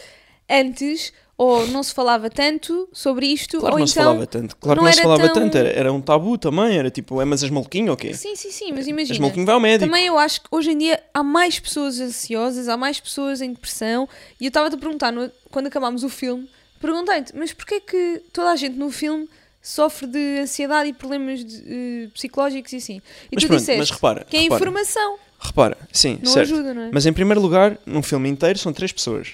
S1: antes ou não se falava tanto sobre isto
S2: Claro
S1: ou
S2: que não
S1: então
S2: se falava tanto. Claro que
S1: não
S2: não se
S1: era
S2: falava
S1: tão-
S2: tanto. Era, era um tabu também. Era tipo, é, mas és maluquinho ou quê?
S1: Sim, sim, sim, mas
S2: És
S1: imagina.
S2: maluquinho, vai ao médico.
S1: Também eu acho que hoje em dia há mais pessoas ansiosas, há mais pessoas em depressão. E eu estava-te a perguntar, no- quando acabámos o filme, perguntei-te, mas porquê é que toda a gente no filme sofre de ansiedade e problemas de- eh, psicológicos e assim? E
S2: Mas
S1: tu
S2: pronto,
S1: disseste
S2: mas repara,
S1: que é a
S2: repara.
S1: informação.
S2: Repara, sim,
S1: Não
S2: certo.
S1: ajuda, não é?
S2: Mas em primeiro lugar, num filme inteiro são três pessoas.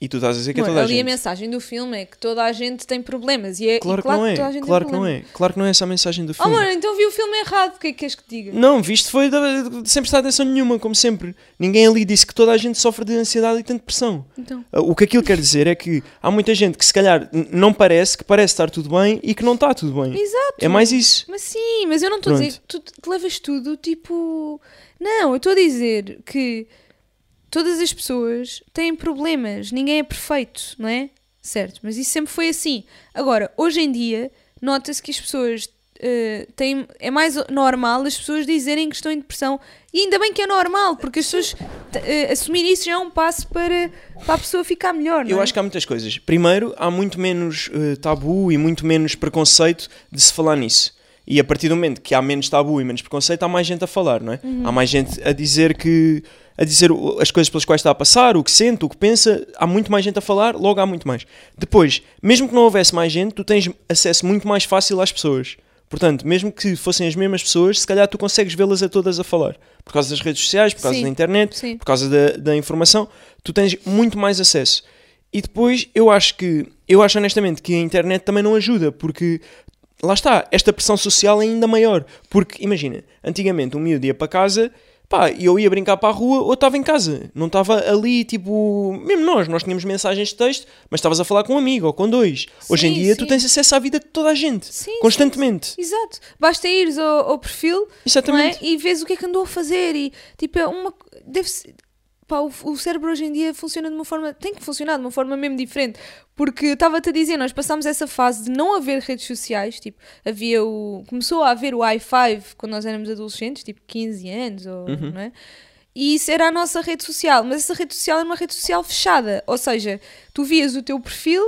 S2: E tu estás a dizer que é
S1: Bom,
S2: toda a
S1: ali a
S2: gente.
S1: mensagem do filme é que toda a gente tem problemas. E é e
S2: Claro que não
S1: que toda a
S2: é.
S1: gente
S2: Claro
S1: tem
S2: que não
S1: problemas.
S2: é. Claro que não é essa a mensagem do
S1: Oh,
S2: filme.
S1: mano, então vi o filme errado. O que é que queres que te diga?
S2: Não, visto foi da- de sem prestar atenção nenhuma, como sempre. Ninguém ali disse que toda a gente sofre de ansiedade e tanta depressão.
S1: Então.
S2: Ah, O que aquilo quer dizer é que há muita gente que se calhar n- não parece, que parece estar tudo bem e que não está tudo bem.
S1: Exato.
S2: É mais isso.
S1: Mas sim, mas eu não estou a dizer que tu te levas tudo tipo. Não, eu estou a dizer que todas as pessoas têm problemas, ninguém é perfeito, não é? Certo, mas isso sempre foi assim. Agora, hoje em dia, nota-se que as pessoas eh, têm. É mais normal as pessoas dizerem que estão em depressão. E ainda bem que é normal, porque as pessoas. t- eh, assumir isso já é um passo para, para a pessoa ficar melhor, não é?
S2: Eu acho que há muitas coisas. Primeiro, há muito menos eh, tabu e muito menos preconceito de se falar nisso. E a partir do momento que há menos tabu e menos preconceito, há mais gente a falar, não é?
S1: Uhum.
S2: Há mais gente a dizer que a dizer o- as coisas pelas quais está a passar, o que sente, o que pensa, há muito mais gente a falar, logo há muito mais. Depois, mesmo que não houvesse mais gente, tu tens acesso muito mais fácil às pessoas. Portanto, mesmo que fossem as mesmas pessoas, se calhar tu consegues vê-las a todas a falar. Por causa das redes sociais, por causa
S1: Sim.
S2: da internet,
S1: Sim.
S2: por causa da, da informação, tu tens muito mais acesso. E depois eu acho que eu acho honestamente que a internet também não ajuda, porque lá está, esta pressão social é ainda maior. Porque imagina, antigamente um miúdo ia para casa, pá, e eu ia brincar para a rua ou estava em casa, não estava ali tipo, mesmo nós, nós tínhamos mensagens de texto, mas estavas a falar com um amigo ou com dois. Hoje em
S1: Sim,
S2: dia
S1: sim.
S2: tu tens acesso à vida de toda a gente,
S1: Sim, sim,
S2: constantemente.
S1: Exato. Basta ires ao, ao perfil
S2: Exatamente.
S1: não é? e vês o que é que andou a fazer e tipo, é uma. é Deve ser. pá, o, o cérebro hoje em dia funciona de uma forma, tem que funcionar de uma forma mesmo diferente, porque estava-te a dizer, nós passámos essa fase de não haver redes sociais, tipo, havia o, começou a haver o i5 quando nós éramos adolescentes, tipo 15 anos, ou,
S2: Uhum.
S1: não é? E isso era a nossa rede social, mas essa rede social era uma rede social fechada, ou seja, tu vias o teu perfil,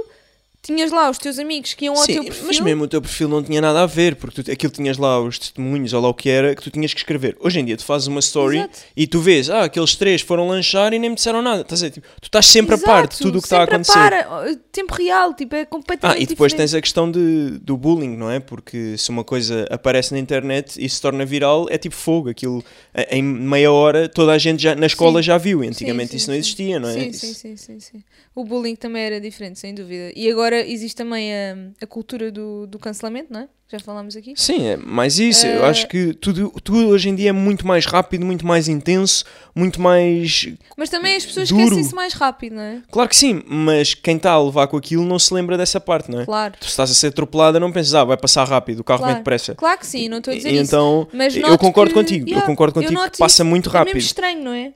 S1: tinhas lá os teus amigos que iam ao
S2: Sim,
S1: teu perfil.
S2: mas mesmo o teu perfil não tinha nada a ver, porque tu, aquilo tinhas lá os testemunhos ou lá o que era que tu tinhas que escrever. Hoje em dia tu fazes uma story
S1: Exato.
S2: e tu vês, ah, aqueles três foram lanchar e nem me disseram nada. Estás a dizer, tipo, tu estás sempre a par de tudo o que está a
S1: sempre
S2: acontecer.
S1: par, eh, tempo real, tipo, é completamente
S2: Ah, e depois
S1: diferente.
S2: tens a questão de, do bullying, não é? Porque se uma coisa aparece na internet e se torna viral, é tipo fogo. Aquilo eh, em meia hora toda a gente já, na escola já viu. E Antigamente
S1: Sim,
S2: isso
S1: sim,
S2: não
S1: sim.
S2: existia, não é?
S1: Sim, sim, sim, sim, sim. O bullying também era diferente, sem dúvida. E agora existe também a, a cultura do, do cancelamento, não é? Já falámos aqui.
S2: Sim, é mais isso. Eu
S1: Eh,
S2: acho que tudo, tudo hoje em dia é muito mais rápido, muito mais intenso, muito mais.
S1: Mas também as pessoas
S2: Duro.
S1: esquecem-se mais rápido, não é?
S2: Claro que sim, mas quem está a levar com aquilo não se lembra dessa parte, não é?
S1: Claro.
S2: Tu estás a ser atropelada, não pensas, ah, vai passar rápido, o carro vem
S1: Claro,
S2: depressa.
S1: claro que sim, não estou a dizer
S2: E
S1: isso.
S2: então,
S1: Mas
S2: eu
S1: noto
S2: concordo
S1: que-
S2: contigo, eu
S1: yeah,
S2: concordo contigo,
S1: noto
S2: passa muito
S1: É
S2: rápido.
S1: mesmo estranho, não é?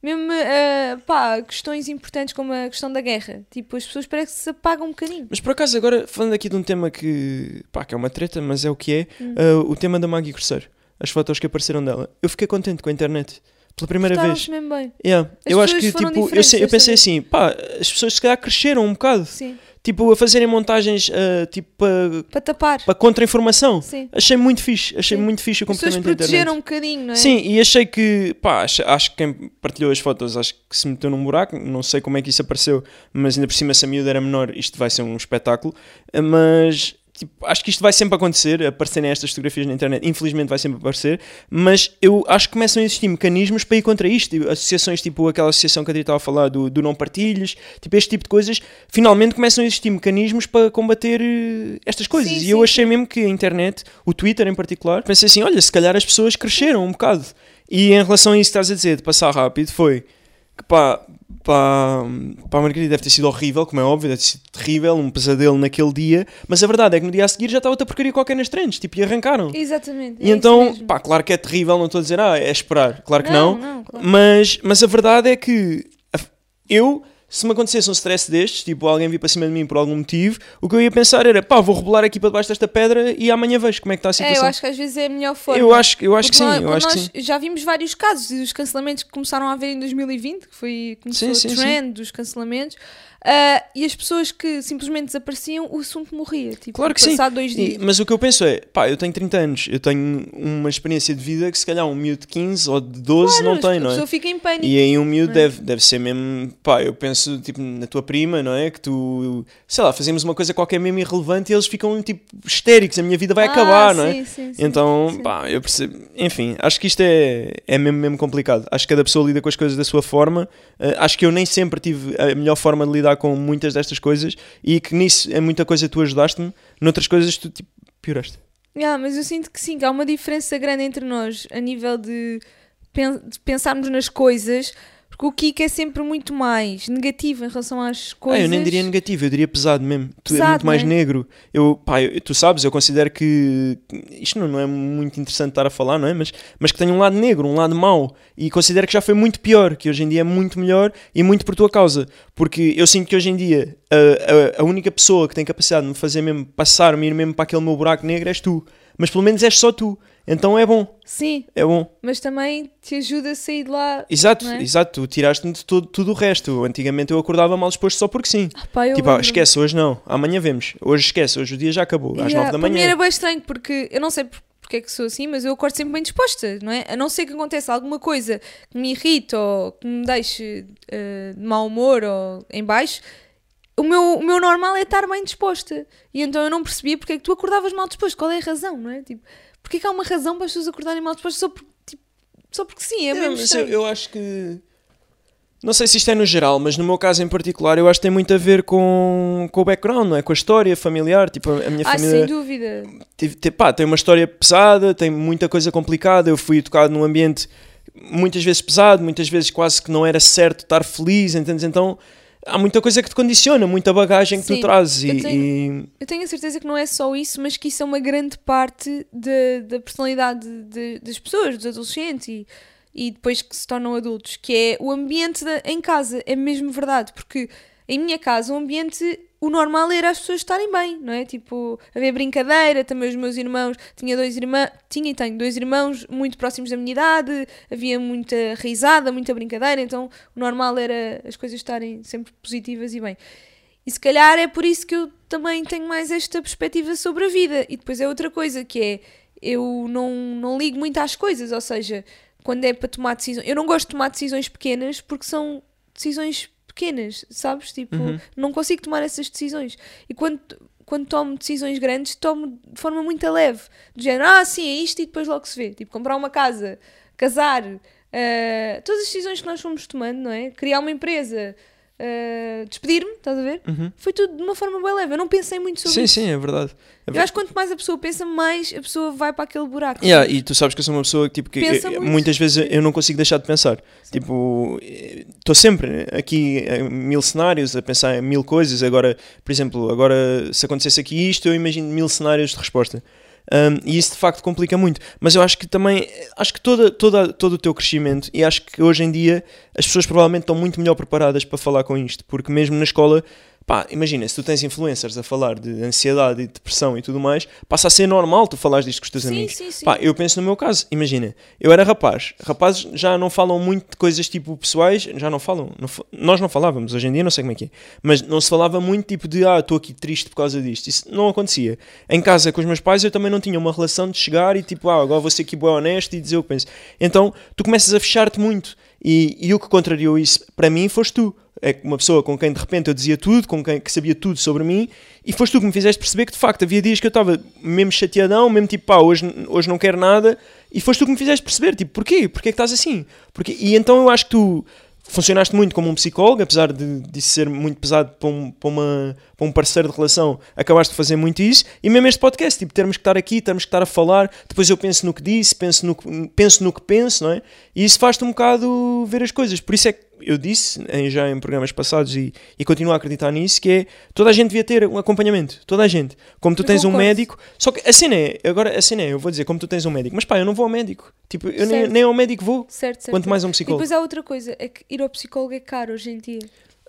S1: Mesmo, eh, pá, questões importantes como a questão da guerra. Tipo, as pessoas parecem que se apagam um bocadinho.
S2: Mas por acaso, agora falando aqui de um tema que, pá, que é uma treta, mas é o que é,
S1: Hum.
S2: ah, o tema da Maggie Grosseiro, as fotos que apareceram dela. Eu fiquei contente com a internet, pela primeira
S1: Portaram-se
S2: vez.
S1: mesmo bem.
S2: Yeah.
S1: As
S2: Eu acho
S1: pessoas
S2: que,
S1: foram
S2: tipo, eu,
S1: diferentes
S2: sei- eu
S1: desta
S2: pensei
S1: vez.
S2: assim, pá, as pessoas se calhar cresceram um bocado,
S1: Sim.
S2: tipo, a fazerem montagens, ah, tipo, para-
S1: Para tapar.
S2: para contra-informação.
S1: Sim.
S2: Achei muito fixe, achei
S1: Sim.
S2: muito fixe o
S1: As pessoas
S2: comportamento da internet.
S1: protegeram um bocadinho, não é?
S2: Sim, e achei que, pá, acho, acho que quem partilhou as fotos acho que se meteu num buraco, não sei como é que isso apareceu, mas ainda por cima se a miúda era menor, isto vai ser um espetáculo, mas tipo, acho que isto vai sempre acontecer, aparecerem estas fotografias na internet, infelizmente vai sempre aparecer, mas eu acho que começam a existir mecanismos para ir contra isto, e associações tipo aquela associação que a Adri estava a falar do, do não partilhes, tipo este tipo de coisas, finalmente começam a existir mecanismos para combater eh, estas coisas,
S1: Sim,
S2: e eu
S1: sim,
S2: achei mesmo que a internet, o Twitter em particular, pensei assim, olha, se calhar as pessoas cresceram um bocado. E em relação a isso que estás a dizer, de passar rápido, foi que pá, pá, pá, a Margarida deve ter sido horrível, como é óbvio, deve ter sido terrível, um pesadelo naquele dia, mas a verdade é que no dia a seguir já estava outra porcaria qualquer nas trends, tipo, e arrancaram.
S1: Exatamente. é
S2: E
S1: isso
S2: então,
S1: mesmo.
S2: pá, claro que é terrível, não estou a dizer, ah, é esperar, claro que não,
S1: Não, não, claro.
S2: Mas, mas a verdade é que a- eu, se me acontecesse um stress destes, tipo alguém vir para cima de mim por algum motivo, o que eu ia pensar era, pá, vou rebolar aqui para debaixo desta pedra e amanhã vejo como é que está a
S1: É, eu
S2: situação.
S1: acho que às vezes é a melhor forma.
S2: eu acho, que- eu acho que
S1: Porque
S2: sim,
S1: nós-
S2: eu acho que
S1: nós
S2: sim.
S1: já vimos vários casos e os cancelamentos que começaram a haver em 2020, que foi começou
S2: Sim, sim,
S1: o trend dos cancelamentos, ah, e as pessoas que simplesmente desapareciam, o assunto morria. Tipo,
S2: Claro que sim.
S1: passado dois
S2: E-
S1: dias.
S2: mas o que eu penso é, pá, eu tenho 30 anos, eu tenho uma experiência de vida que se calhar um miúdo de 15 ou de 12 não
S1: Claro,
S2: tem,
S1: A
S2: não é?
S1: pessoa fica em pânico.
S2: E aí um miúdo
S1: é?
S2: deve, deve ser mesmo, pá, eu penso tipo na tua prima, não é? Que tu, sei lá, fazemos uma coisa qualquer mesmo irrelevante e eles ficam tipo histéricos, a minha vida vai
S1: Ah,
S2: acabar, não é?
S1: sim, sim, sim,
S2: então,
S1: sim.
S2: pá, eu percebo, enfim, acho que isto é, é mesmo, mesmo complicado. Acho que cada pessoa lida com as coisas da sua forma. Eh, acho que eu nem sempre tive a melhor forma de lidar com muitas destas coisas e que nisso é muita coisa tu ajudaste-me, noutras coisas tu tipo pioraste.
S1: Ah, mas eu sinto que sim, que há uma diferença grande entre nós a nível de, pen- de pensarmos nas coisas, porque o Kiko é sempre muito mais negativo em relação às coisas.
S2: Ah, eu nem diria negativo, eu diria pesado mesmo. Tu é
S1: Pesado,
S2: muito mais
S1: né?
S2: negro. Eu, pá, eu- tu sabes, eu considero que isto não, não é muito interessante estar a falar, não é? Mas, mas que tem um lado negro, um lado mau. E considero que já foi muito pior, que hoje em dia é muito melhor e muito por tua causa. Porque eu sinto que hoje em dia a, a, a única pessoa que tem capacidade de me fazer mesmo passar, me ir mesmo para aquele meu buraco negro és tu. Mas pelo menos és só tu. Então é bom,
S1: Sim,
S2: é bom.
S1: mas também te ajuda a sair de lá.
S2: Exato,
S1: Não é?
S2: exato. Tu tiraste-me de todo, tudo o resto. Antigamente eu acordava mal disposto só porque sim.
S1: Ah, pá, eu
S2: Tipo, ah,
S1: lembro-me.
S2: esquece, hoje não, amanhã vemos. Hoje esquece, hoje o dia já acabou, tipo, às
S1: Yeah,
S2: nove da
S1: Para mim
S2: manhã.
S1: era bem estranho, porque eu não sei por- porque é que sou assim, mas eu acordo sempre bem disposta, não é? A não ser que aconteça alguma coisa que me irrite ou que me deixe eh, de mau humor ou em baixo, o meu, o meu normal é estar bem disposta. E então eu não percebia porque é que tu acordavas mal disposto. Qual é a razão, não é? Tipo, porque é que há uma razão para as pessoas acordarem mal dispostas só porque, tipo, só porque sim, é
S2: Não,
S1: mesmo
S2: mas eu,
S1: estranho.
S2: eu acho que. Não sei se isto é no geral, mas no meu caso em particular, eu acho que tem muito a ver com, com o background, não é? Com a história familiar. Tipo, a a minha
S1: Ah, sem
S2: família
S1: dúvida.
S2: tive- te- pá, tem uma história pesada, tem muita coisa complicada. Eu fui educado num ambiente muitas vezes pesado, muitas vezes quase que não era certo estar feliz, entendes? Então há muita coisa que te condiciona, muita bagagem que tu
S1: Sim,
S2: trazes.
S1: eu
S2: E, e-
S1: Eu tenho a certeza que não é só isso, mas que isso é uma grande parte da da personalidade de- das pessoas, dos adolescentes e, e depois que se tornam adultos, que é o ambiente da- em casa, é mesmo verdade, porque em minha casa o ambiente, o normal era as pessoas estarem bem, não é? Tipo, haver brincadeira, também os meus irmãos, tinha dois irmãos, tinha e tenho dois irmãos muito próximos da minha idade, havia muita risada, muita brincadeira, então o normal era as coisas estarem sempre positivas e bem. E se calhar é por isso que eu também tenho mais esta perspectiva sobre a vida. E depois é outra coisa que é eu não, não ligo muito às coisas, ou seja, quando é para tomar decisões. Eu não gosto de tomar decisões pequenas porque são decisões pequenas, sabes? Tipo,
S2: Uhum.
S1: não consigo tomar essas decisões. E quando, quando tomo decisões grandes, tomo de forma muito leve. Do género, ah, sim, é isto e depois logo se vê. Tipo, comprar uma casa, casar, ah, todas as decisões que nós fomos tomando, não é? Criar uma empresa. ah, despedir-me, estás a ver? Foi tudo de uma forma bem leve. Eu não pensei muito sobre
S2: Uhum. Sim,
S1: isso.
S2: sim, é verdade. É
S1: Eu acho que quanto mais a pessoa pensa, mais a pessoa vai para aquele buraco.
S2: Yeah, e tu sabes que eu sou uma pessoa que, tipo, que
S1: Pensa
S2: eh,
S1: muito.
S2: muitas vezes eu não consigo deixar de pensar. Tipo, estou sempre aqui em mil cenários, a pensar em mil coisas. Agora, por exemplo, agora se acontecesse aqui isto, eu imagino mil cenários de resposta. Um, e isso de facto complica muito. Mas eu acho que também, eh, acho que toda, toda, todo o teu crescimento, e acho que hoje em dia as pessoas provavelmente estão muito melhor preparadas para falar com isto, porque mesmo na escola Pá, imagina, se tu tens influencers a falar de ansiedade e depressão e tudo mais, passa a ser normal tu falares disto com os teus
S1: Sim,
S2: amigos.
S1: sim, sim.
S2: Pá, eu penso no meu caso, imagina, eu era rapaz, rapazes já não falam muito de coisas tipo pessoais, já não falam, não fa- nós não falávamos, hoje em dia não sei como é que é, mas não se falava muito tipo de, ah, estou aqui triste por causa disto, isso não acontecia. Em casa com os meus pais eu também não tinha uma relação de chegar e tipo, ah, agora vou ser aqui boa honesto e dizer o que penso. Então, tu começas a fechar-te muito e, e o que contrariou isso para mim foste tu. É que uma pessoa com quem de repente eu dizia tudo, com quem que sabia tudo sobre mim, e foste tu que me fizeste perceber que de facto havia dias que eu estava mesmo chateadão, mesmo tipo pá, hoje, hoje não quero nada, e foste tu que me fizeste perceber, tipo, porquê? Porquê que estás assim? Porquê? E então eu acho que tu funcionaste muito como um psicólogo, apesar de, de isso ser muito pesado para um, para, uma- para um parceiro de relação, acabaste de fazer muito isso, e mesmo este podcast, tipo, termos que estar aqui, termos que estar a falar, depois eu penso no que disse, penso no que penso, no que penso não é? E isso faz-te um bocado ver as coisas, por isso é que eu disse em- já em programas passados e, e continuo a acreditar nisso, que é toda a gente devia ter um acompanhamento, toda a gente. Como tu
S1: Eu
S2: tens um
S1: concordo.
S2: médico, só que a cena é, agora a cena é, eu vou dizer, como tu tens um médico, mas pá, eu não vou ao médico, tipo, eu nem,
S1: Certo.
S2: nem ao médico vou,
S1: Certo, certo.
S2: quanto mais a um
S1: E
S2: psicólogo.
S1: depois há outra coisa, é que ir ao psicólogo é caro hoje em dia.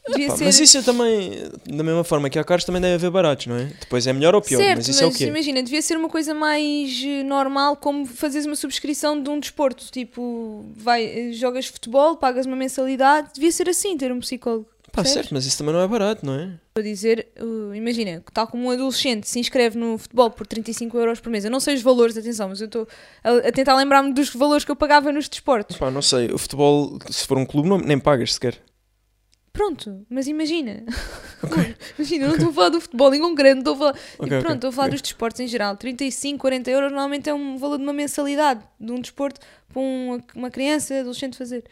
S1: Devia
S2: Pá,
S1: ser.
S2: Mas isso eu também, da mesma forma que há caros, também deve haver baratos, não é? Depois é melhor ou pior,
S1: certo,
S2: mas isso é o quê?
S1: imagina, devia ser uma coisa mais eh, normal, como fazeres uma subscrição de um desporto. Tipo, vai, eh, jogas futebol, pagas uma mensalidade. Devia ser assim, ter um psicólogo.
S2: Pá,
S1: percebes?
S2: certo, mas isso também não é barato, não é?
S1: Vou dizer, uh, imagina, tal como um adolescente se inscreve no futebol por 35 euros por mês. Eu não sei os valores, atenção, mas eu estou a, a tentar lembrar-me dos valores que eu pagava nos desportos.
S2: Pá, não sei, o futebol, se for um clube, não- nem pagas sequer.
S1: Pronto, mas imagina. imagina, eu não estou a falar do futebol em um grande, estou a falar.
S2: Ok,
S1: e pronto,
S2: ok,
S1: estou a falar dos desportos em geral. 35, 40 euros normalmente é um valor de uma mensalidade de um desporto para um- uma criança, adolescente fazer.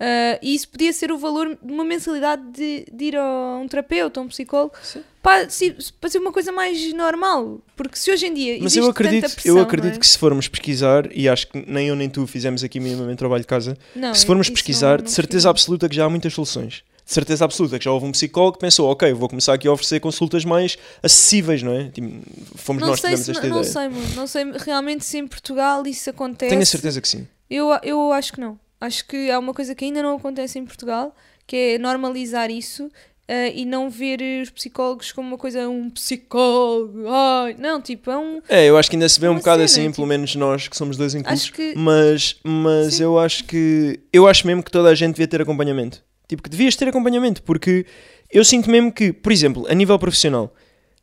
S1: Ah, e isso podia ser o valor de uma mensalidade de, de ir a um terapeuta, a um psicólogo,
S2: Sim.
S1: para, se- para ser uma coisa mais normal. Porque se hoje em dia.
S2: Mas
S1: existe
S2: eu acredito,
S1: tanta pressão,
S2: eu acredito
S1: não é?
S2: que se formos pesquisar, e acho que nem eu nem tu fizemos aqui minimamente trabalho de casa,
S1: Não,
S2: que se formos
S1: isso não- é
S2: pesquisar,
S1: não
S2: de certeza
S1: fiz.
S2: absoluta que já há muitas soluções. De certeza absoluta que já houve um psicólogo que pensou, ok, vou começar aqui a oferecer consultas mais acessíveis, não é? Tipo, fomos
S1: Não
S2: nós que
S1: sei,
S2: tivemos
S1: se,
S2: esta
S1: não,
S2: ideia.
S1: sei, mano, não sei realmente se em Portugal isso acontece.
S2: Tenho a certeza que sim.
S1: Eu, eu acho que não. Acho que há uma coisa que ainda não acontece em Portugal, que é normalizar isso eh, e não ver eh, os psicólogos como uma coisa, um psicólogo. Ai, não, tipo, é um.
S2: É, eu acho que ainda se vê um
S1: Uma
S2: bocado
S1: cena,
S2: assim,
S1: tipo-
S2: pelo menos nós que somos dois inclusos.
S1: Acho que-
S2: Mas, mas
S1: Sim.
S2: eu acho que. Eu acho mesmo que toda a gente devia ter acompanhamento. Tipo, que devias ter acompanhamento, porque eu sinto mesmo que, por exemplo, a nível profissional,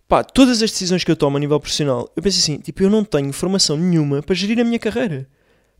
S2: pá, todas as decisões que eu tomo a nível profissional, eu penso assim, tipo, eu não tenho formação nenhuma para gerir a minha carreira.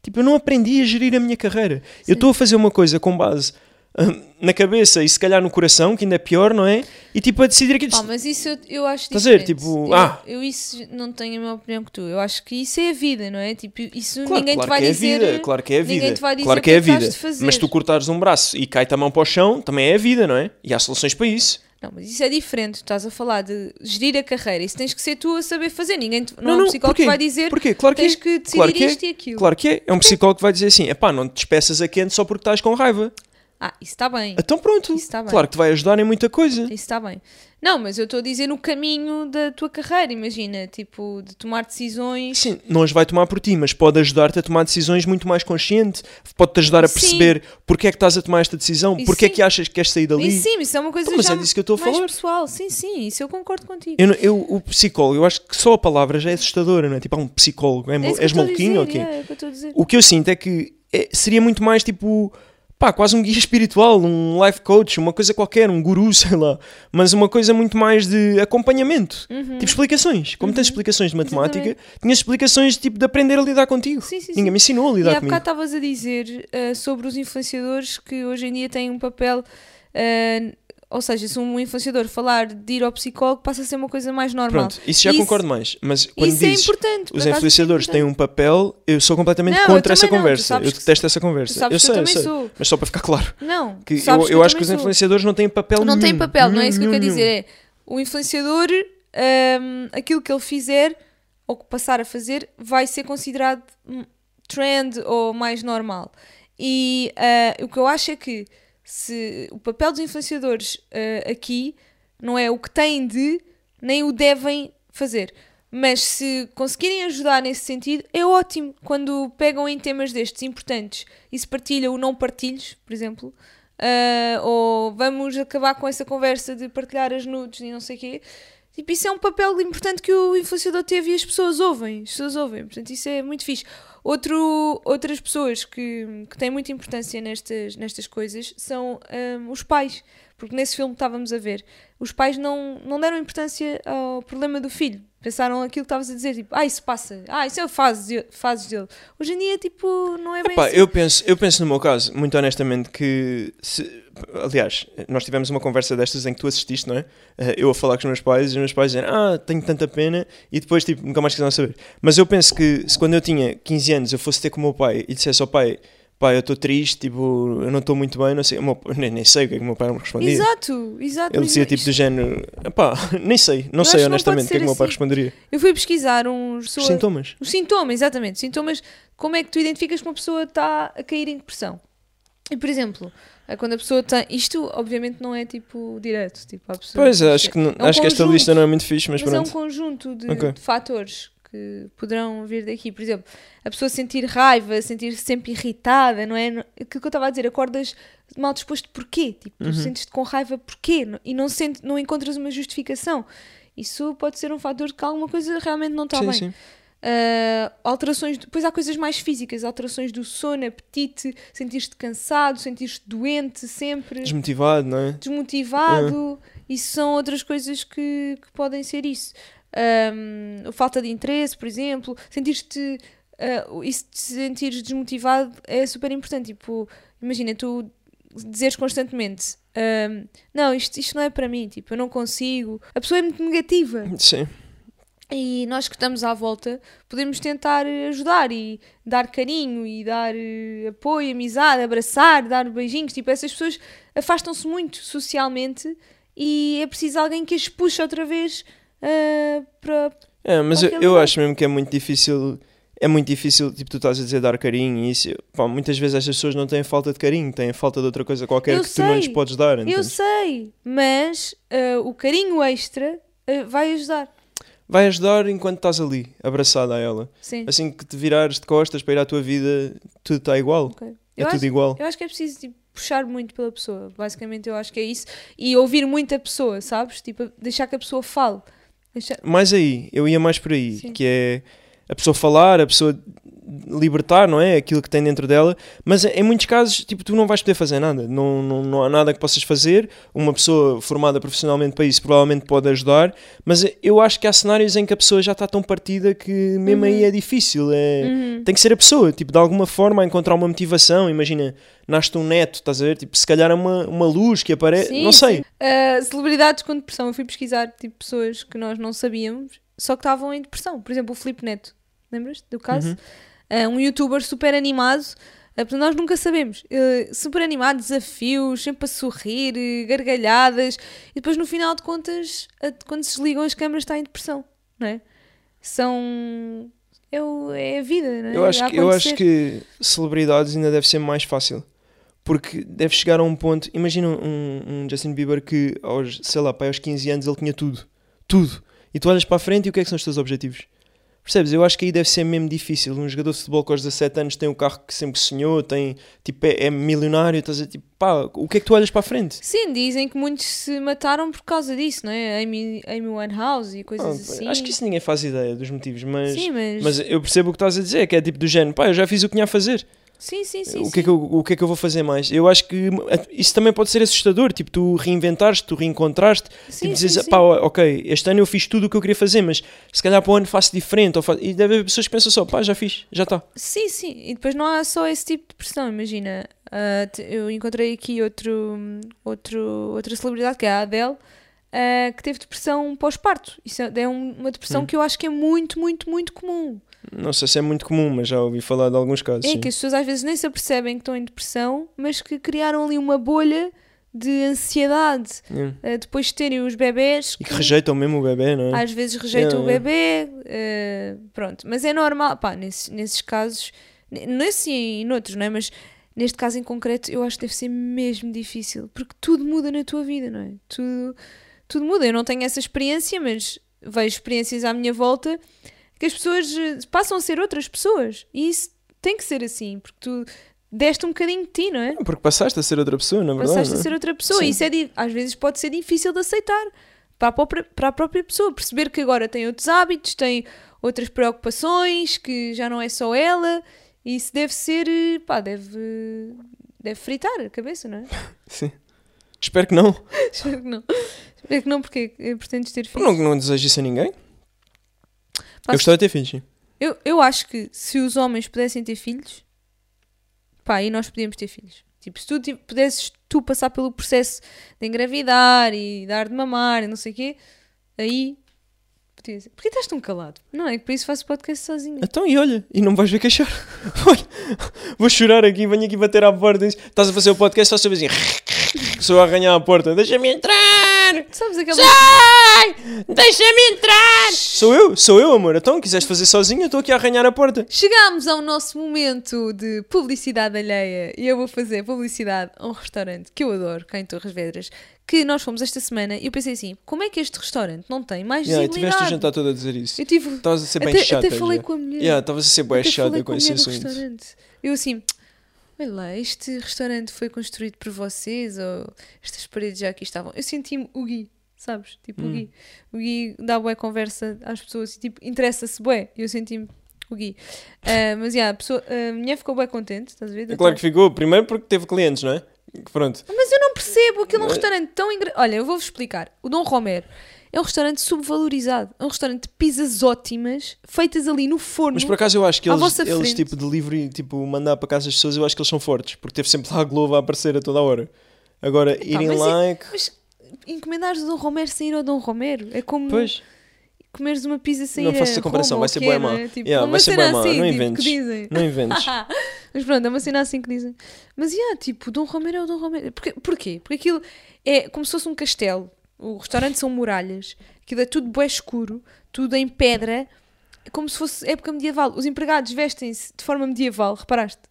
S2: Tipo, eu não aprendi a gerir a minha carreira. Eu estou a fazer uma coisa com base hum, na cabeça e se calhar no coração, que ainda é pior, não é? E tipo, a decidir aquilo.
S1: Pá, mas isso eu, eu acho
S2: Estás a ver,
S1: diferente.
S2: tipo,
S1: eu,
S2: ah.
S1: eu isso não tenho a mesma opinião que tu. Eu acho que isso é a vida, não é? Tipo, isso
S2: Claro,
S1: ninguém
S2: claro
S1: te vai
S2: que é a
S1: dizer. eh,
S2: vida, claro que é a vida.
S1: Ninguém te vai dizer
S2: claro
S1: o
S2: que é a
S1: que é que
S2: vida.
S1: has de fazer.
S2: Mas tu cortares um braço e cai-te a mão para o chão, também é a vida, não é? E há soluções para isso.
S1: Não, mas isso é diferente. Tu estás a falar de gerir a carreira. Isso tens que ser tu a saber fazer. Ninguém te- não, é um psicólogo que
S2: porquê?
S1: vai dizer
S2: Porquê? Claro que
S1: tens
S2: é.
S1: que decidir
S2: claro que é.
S1: isto e aquilo.
S2: Claro que é. É um psicólogo que vai dizer assim: epá, não te despeças a quente só porque estás com raiva.
S1: Ah, isso está bem.
S2: Então pronto,
S1: Isso tá bem.
S2: claro que te vai ajudar em muita coisa.
S1: Isso está bem. Não, mas eu estou a dizer no caminho da tua carreira, imagina, tipo, de tomar decisões.
S2: Sim, não as vai tomar por ti, mas pode ajudar-te a tomar decisões muito mais consciente, pode-te ajudar a
S1: Sim.
S2: perceber porque é que estás a tomar esta decisão,
S1: E
S2: porque é
S1: sim.
S2: que achas que queres sair dali.
S1: E sim, isso é uma coisa
S2: Então, mas
S1: já
S2: é disso que eu estou a
S1: mais
S2: falar.
S1: pessoal. Sim, sim, isso eu concordo contigo.
S2: Eu, não- eu- o psicólogo, eu acho que só a palavra já é assustadora, não é? Tipo, ah, um psicólogo, é,
S1: É isso que eu
S2: és
S1: estou a
S2: maluquinho ou
S1: dizer,
S2: quê?
S1: yeah, é o que eu estou a dizer.
S2: O que eu sinto é que é- seria muito mais tipo, pá, quase um guia espiritual, um life coach, uma coisa qualquer, um guru, sei lá, mas uma coisa muito mais de acompanhamento,
S1: Uhum.
S2: tipo explicações. Como tens explicações de matemática, tinhas explicações tipo de aprender a lidar contigo.
S1: Sim, sim,
S2: Ninguém
S1: sim.
S2: me ensinou a
S1: E
S2: lidar
S1: há
S2: comigo.
S1: bocado estavas a dizer eh, sobre os influenciadores que hoje em dia têm um papel. eh, ou seja, se um influenciador falar de ir ao psicólogo, passa a ser uma coisa mais normal.
S2: Pronto, isso já concordo mais, mas quando
S1: Isso é
S2: dizes
S1: importante. por acaso,
S2: os
S1: isso é
S2: influenciadores têm um papel, eu sou completamente
S1: Não, eu
S2: contra essa
S1: também não, tu
S2: conversa.
S1: sabes
S2: Eu
S1: que-
S2: detesto essa conversa.
S1: tu sabes
S2: eu
S1: que eu
S2: sei, eu
S1: também
S2: sei.
S1: sou.
S2: Mas só para ficar claro.
S1: Não,
S2: Que
S1: sabes
S2: eu, eu acho
S1: também
S2: que os
S1: sou.
S2: influenciadores não têm papel
S1: Não
S2: nenhum.
S1: tem papel, não é isso que eu
S2: Nenhum,
S1: quero
S2: nenhum.
S1: dizer. É o influenciador, hum, aquilo que ele fizer ou que passar a fazer vai ser considerado hum, trend ou mais normal. E ah, o que eu acho é que se o papel dos influenciadores ah, aqui não é o que têm de nem o devem fazer. Mas se conseguirem ajudar nesse sentido, é ótimo. Quando pegam em temas destes importantes e se partilha o não partilhos, por exemplo, ah, ou vamos acabar com essa conversa de partilhar as nudes e não sei o quê. Tipo, isso é um papel importante que o influenciador teve e as pessoas ouvem. As pessoas ouvem, portanto, isso é muito fixe. Outro, outras pessoas que, que têm muita importância nestas, nestas coisas são hum, os pais, porque nesse filme que estávamos a ver, os pais não, não deram importância ao problema do filho. Pensaram aquilo que estavas a dizer, tipo, ah, isso passa, ah, isso é fases, de- fases dele. Hoje em dia, tipo, não é bem
S2: Pá,
S1: assim.
S2: eu penso, eu penso no meu caso, muito honestamente, que se- aliás, nós tivemos uma conversa destas em que tu assististe, não é? Eh, Eu a falar com os meus pais e os meus pais dizem, ah, tenho tanta pena, e depois tipo, nunca mais quiseram saber. Mas eu penso que se quando eu tinha 15 anos eu fosse ter com o meu pai e dissesse ao pai, pai, eu estou triste, tipo, eu não estou muito bem, não sei, o meu- nem, nem sei o que é que o meu pai me respondia.
S1: Exato, exato.
S2: Ele
S1: mas
S2: dizia
S1: não-
S2: tipo do género, pá, nem sei, não
S1: acho que não
S2: sei
S1: pode
S2: honestamente o que é que o meu
S1: ser
S2: pai
S1: assim.
S2: responderia.
S1: Eu fui pesquisar uns
S2: Os
S1: pessoa-
S2: sintomas.
S1: os sintomas, exatamente, sintomas, como é que tu identificas que uma pessoa está a cair em depressão? E por exemplo, eh, quando a pessoa tem, isto obviamente não é tipo direto, tipo a pessoa.
S2: Pois, acho que, não-
S1: É um
S2: acho que esta
S1: conjunto.
S2: lista não é muito fixe, mas,
S1: Mas é um
S2: pronto.
S1: conjunto de,
S2: Ok.
S1: de fatores que poderão vir daqui. Por exemplo, a pessoa sentir raiva, sentir-se sempre irritada, não é? Aquilo que eu estava a dizer, acordas mal disposto porquê? Tipo,
S2: Uhum.
S1: tu sentes-te com raiva porquê? E não, sente, não encontras uma justificação. Isso pode ser um fator de que alguma coisa realmente não está
S2: sim,
S1: tá bem.
S2: sim.
S1: Ah, alterações, depois há coisas mais físicas, alterações do sono, apetite, sentir-te cansado, sentir-te doente sempre
S2: Desmotivado, não é?
S1: desmotivado. Isso são outras coisas que, que podem ser isso. Ahm, falta de interesse, por exemplo. Sentir-te. ah, isso de sentires desmotivado é super importante. Tipo, imagina, tu dizeres constantemente. ahm, não, isto, isto não é para mim, tipo, eu não consigo. A pessoa é muito negativa
S2: Sim.
S1: e nós que estamos à volta podemos tentar eh, ajudar e dar carinho e dar eh, apoio, amizade, abraçar, dar beijinhos. Tipo, essas pessoas afastam-se muito socialmente e é preciso alguém que as puxe outra vez eh, para.
S2: É, mas eu,
S1: Qualquer
S2: eu
S1: lugar.
S2: acho mesmo que é muito difícil. É muito difícil, tipo, tu estás a dizer dar carinho e isso. Pá, muitas vezes estas pessoas não têm falta de carinho, têm falta de outra coisa qualquer
S1: Eu
S2: que tu não lhes
S1: sei.
S2: podes dar.
S1: Eu
S2: entendes?
S1: sei, mas eh, o carinho extra eh, vai ajudar.
S2: Vai ajudar enquanto estás ali, abraçada a ela.
S1: Sim.
S2: Assim que te virares de costas para ir à tua vida, tudo está igual.
S1: ok.
S2: É
S1: Eu
S2: tudo
S1: acho-
S2: igual.
S1: Eu acho que é preciso tipo, puxar muito pela pessoa. Basicamente, eu acho que é isso. E ouvir muito a pessoa, sabes? Tipo, deixar que a pessoa fale. Deixar-
S2: Mais aí, eu ia mais por aí,
S1: Sim.
S2: que é a pessoa falar, a pessoa libertar, não é? Aquilo que tem dentro dela, mas em muitos casos, tipo, tu não vais poder fazer nada, não, não, não há nada que possas fazer. Uma pessoa formada profissionalmente para isso provavelmente pode ajudar, mas eu acho que há cenários em que a pessoa já está tão partida que mesmo aí
S1: Uhum.
S2: é difícil, é, tem que ser a pessoa, tipo, de alguma forma a encontrar uma motivação. Imagina, nasce um neto, estás a ver? Tipo, se calhar é uma, uma luz que aparece,
S1: Sim,
S2: não sei.
S1: sim. Uh, celebridades com depressão. Eu fui pesquisar tipo, pessoas que nós não sabíamos, só que estavam em depressão. Por exemplo, o Filipe Neto. Lembras do caso?
S2: Uhum.
S1: Uh, um youtuber super animado. Uh, portanto, nós nunca sabemos. Uh, super animado, desafios, sempre a sorrir, uh, gargalhadas. E depois, no final de contas, a- quando se desligam as câmaras, está em depressão. Não é? São. É, o- é a vida, não é?
S2: Eu acho,
S1: A
S2: que, eu acho
S1: acontecer.
S2: que celebridades ainda deve ser mais fácil. Porque deve chegar a um ponto. Imagina um, um Justin Bieber que, aos, sei lá, pai, aos 15 anos ele tinha tudo. Tudo. E tu olhas para a frente e o que é que são os teus objetivos? Percebes? Eu acho que aí deve ser mesmo difícil. Um jogador de futebol que aos 17 anos tem o carro que sempre sonhou, tem, tipo, é, é milionário, estás a tipo, pá, o que é que tu olhas para a frente?
S1: Sim, dizem que muitos se mataram por causa disso, não é? Amy, Amy Winehouse e coisas
S2: Ah,
S1: assim.
S2: Acho que isso ninguém faz ideia dos motivos, mas,
S1: Sim, mas-
S2: eu percebo o que estás a dizer, que é tipo do género, pá, eu já fiz o que tinha a fazer,
S1: Sim, sim, sim.
S2: o, que é que eu, o que é que eu vou fazer mais? Eu acho que eh, isso também pode ser assustador, tipo, tu reinventares, tu reencontraste,
S1: Sim,
S2: tipo,
S1: sim,
S2: dizes,
S1: sim.
S2: pá, ok, este ano eu fiz tudo o que eu queria fazer, mas se calhar para o ano faço diferente, ou fa- e deve haver pessoas que pensam só, pá, já fiz, já está.
S1: Sim, sim. E depois não há só esse tipo de pressão, imagina. Ah, te- eu encontrei aqui outro, outro, outra celebridade, que é a Adele, ah, que teve depressão pós-parto. Isso é é um- uma depressão
S2: Hum.
S1: que eu acho que é muito, muito, muito comum.
S2: Não sei se é muito comum, mas já ouvi falar de alguns casos.
S1: É
S2: sim.
S1: que as pessoas às vezes nem se apercebem que estão em depressão, mas que criaram ali uma bolha de ansiedade.
S2: Yeah.
S1: Ah, depois de terem os bebés,
S2: É. E que rejeitam mesmo o bebê, não é?
S1: às vezes rejeita
S2: Yeah,
S1: o
S2: yeah.
S1: bebê, eh, pronto. Mas é normal, pá, nesses, nesses casos, ne- nesse e noutros, não é? Mas neste caso em concreto, eu acho que deve ser mesmo difícil, porque tudo muda na tua vida, não é? Tudo, tudo muda. Eu não tenho essa experiência, mas vejo experiências à minha volta que as pessoas eh, passam a ser outras pessoas. E isso tem que ser assim, porque tu deste um bocadinho de ti, não é?
S2: Porque passaste a ser outra pessoa, na verdade.
S1: passaste
S2: não
S1: a
S2: é?
S1: ser outra pessoa.
S2: Sim.
S1: Isso é, di- às vezes pode ser difícil de aceitar para a, própria, para a própria pessoa. Perceber que agora tem outros hábitos, tem outras preocupações, que já não é só ela. E isso deve ser, eh, pá, deve, deve fritar a cabeça, não é?
S2: Sim. Espero que não.
S1: Espero que não. Espero que não, porque eh, pretendes ter
S2: Eu
S1: filhos.
S2: não, não desejo isso a ninguém.
S1: Pá,
S2: Eu gostava de ter filhos, sim.
S1: Eu, eu acho que se os homens pudessem ter filhos, pá, aí nós podíamos ter filhos. Tipo, se tu ti- pudesses tu passar pelo processo de engravidar e dar de mamar e não sei o quê, aí podia ser. Porquê estás tão calado? Não, é que por isso faço podcast sozinha.
S2: Então, e olha, e não me vais ver queixar. Olha, vou chorar aqui, venho aqui bater à porta. e diz, Estás a fazer o podcast, só sabes assim. Sou a arranhar a porta. Deixa-me entrar!
S1: Sabes aquela.
S3: Sai! Deixa-me entrar!
S2: Sou eu, sou eu, amor. Então, quiseste fazer sozinho, eu estou aqui a arranhar a porta.
S1: Chegámos ao nosso momento de publicidade alheia e eu vou fazer publicidade a um restaurante que eu adoro, cá em Torres Vedras, que nós fomos esta semana e eu pensei assim: como é que este restaurante não tem mais
S2: Yeah, e
S1: visibilidade?
S2: tiveste o jantar todo a dizer isso.
S1: Eu tive.
S2: Estavas a ser É bem
S1: até,
S2: chata.
S1: até falei
S2: já.
S1: com a mulher.
S2: Yeah, Estavas a ser bem
S1: até
S2: chata
S1: falei com
S2: com
S1: a
S2: esse
S1: mulher do
S2: assunto.
S1: restaurante. Eu assim, olha lá, este restaurante foi construído por vocês ou estas paredes já aqui estavam. Eu senti-me o Gui, sabes? Tipo
S2: Hum.
S1: o Gui. O Gui dá bué conversa às pessoas e tipo, interessa-se bué. Eu senti-me o Gui. Ah, mas yeah, a, pessoa, a mulher ficou bué contente, estás a ver?
S2: É Claro que ficou. Primeiro porque teve clientes, não é? Pronto.
S1: Mas eu não percebo, aquilo é um restaurante tão engra... Olha, eu vou-vos explicar. O Dom Romero é um restaurante subvalorizado. É um restaurante de pizzas ótimas, feitas ali no forno.
S2: Mas por acaso eu acho que
S1: À
S2: eles,
S1: vossa
S2: eles
S1: frente.
S2: tipo, delivery, tipo, mandar para casa as pessoas, eu acho que eles são fortes, porque teve sempre lá a Globo a aparecer a toda a hora. Agora, irem
S1: mas
S2: lá é que.
S1: Mas encomendares o Dom Romero sem ir ao Dom Romero é como
S2: Pois,
S1: comeres uma pizza sem
S2: Não
S1: ir a
S2: faço essa comparação,
S1: Roma,
S2: vai
S1: ou
S2: ser
S1: que é,
S2: bué
S1: não
S2: má.
S1: é? Tipo,
S2: Yeah,
S1: uma
S2: vai ser
S1: cena
S2: bué má,
S1: assim,
S2: não
S1: tipo,
S2: inventes.
S1: que dizem.
S2: não inventes.
S1: Mas pronto, é uma cena assim que dizem. Mas yeah, tipo, o Dom Romero é o Dom Romero. Porquê? Porquê? Porque aquilo é como se fosse um castelo. O restaurante são muralhas. Aquilo é tudo bué escuro, tudo em pedra. É como se fosse época medieval. Os empregados vestem-se de forma medieval, reparaste?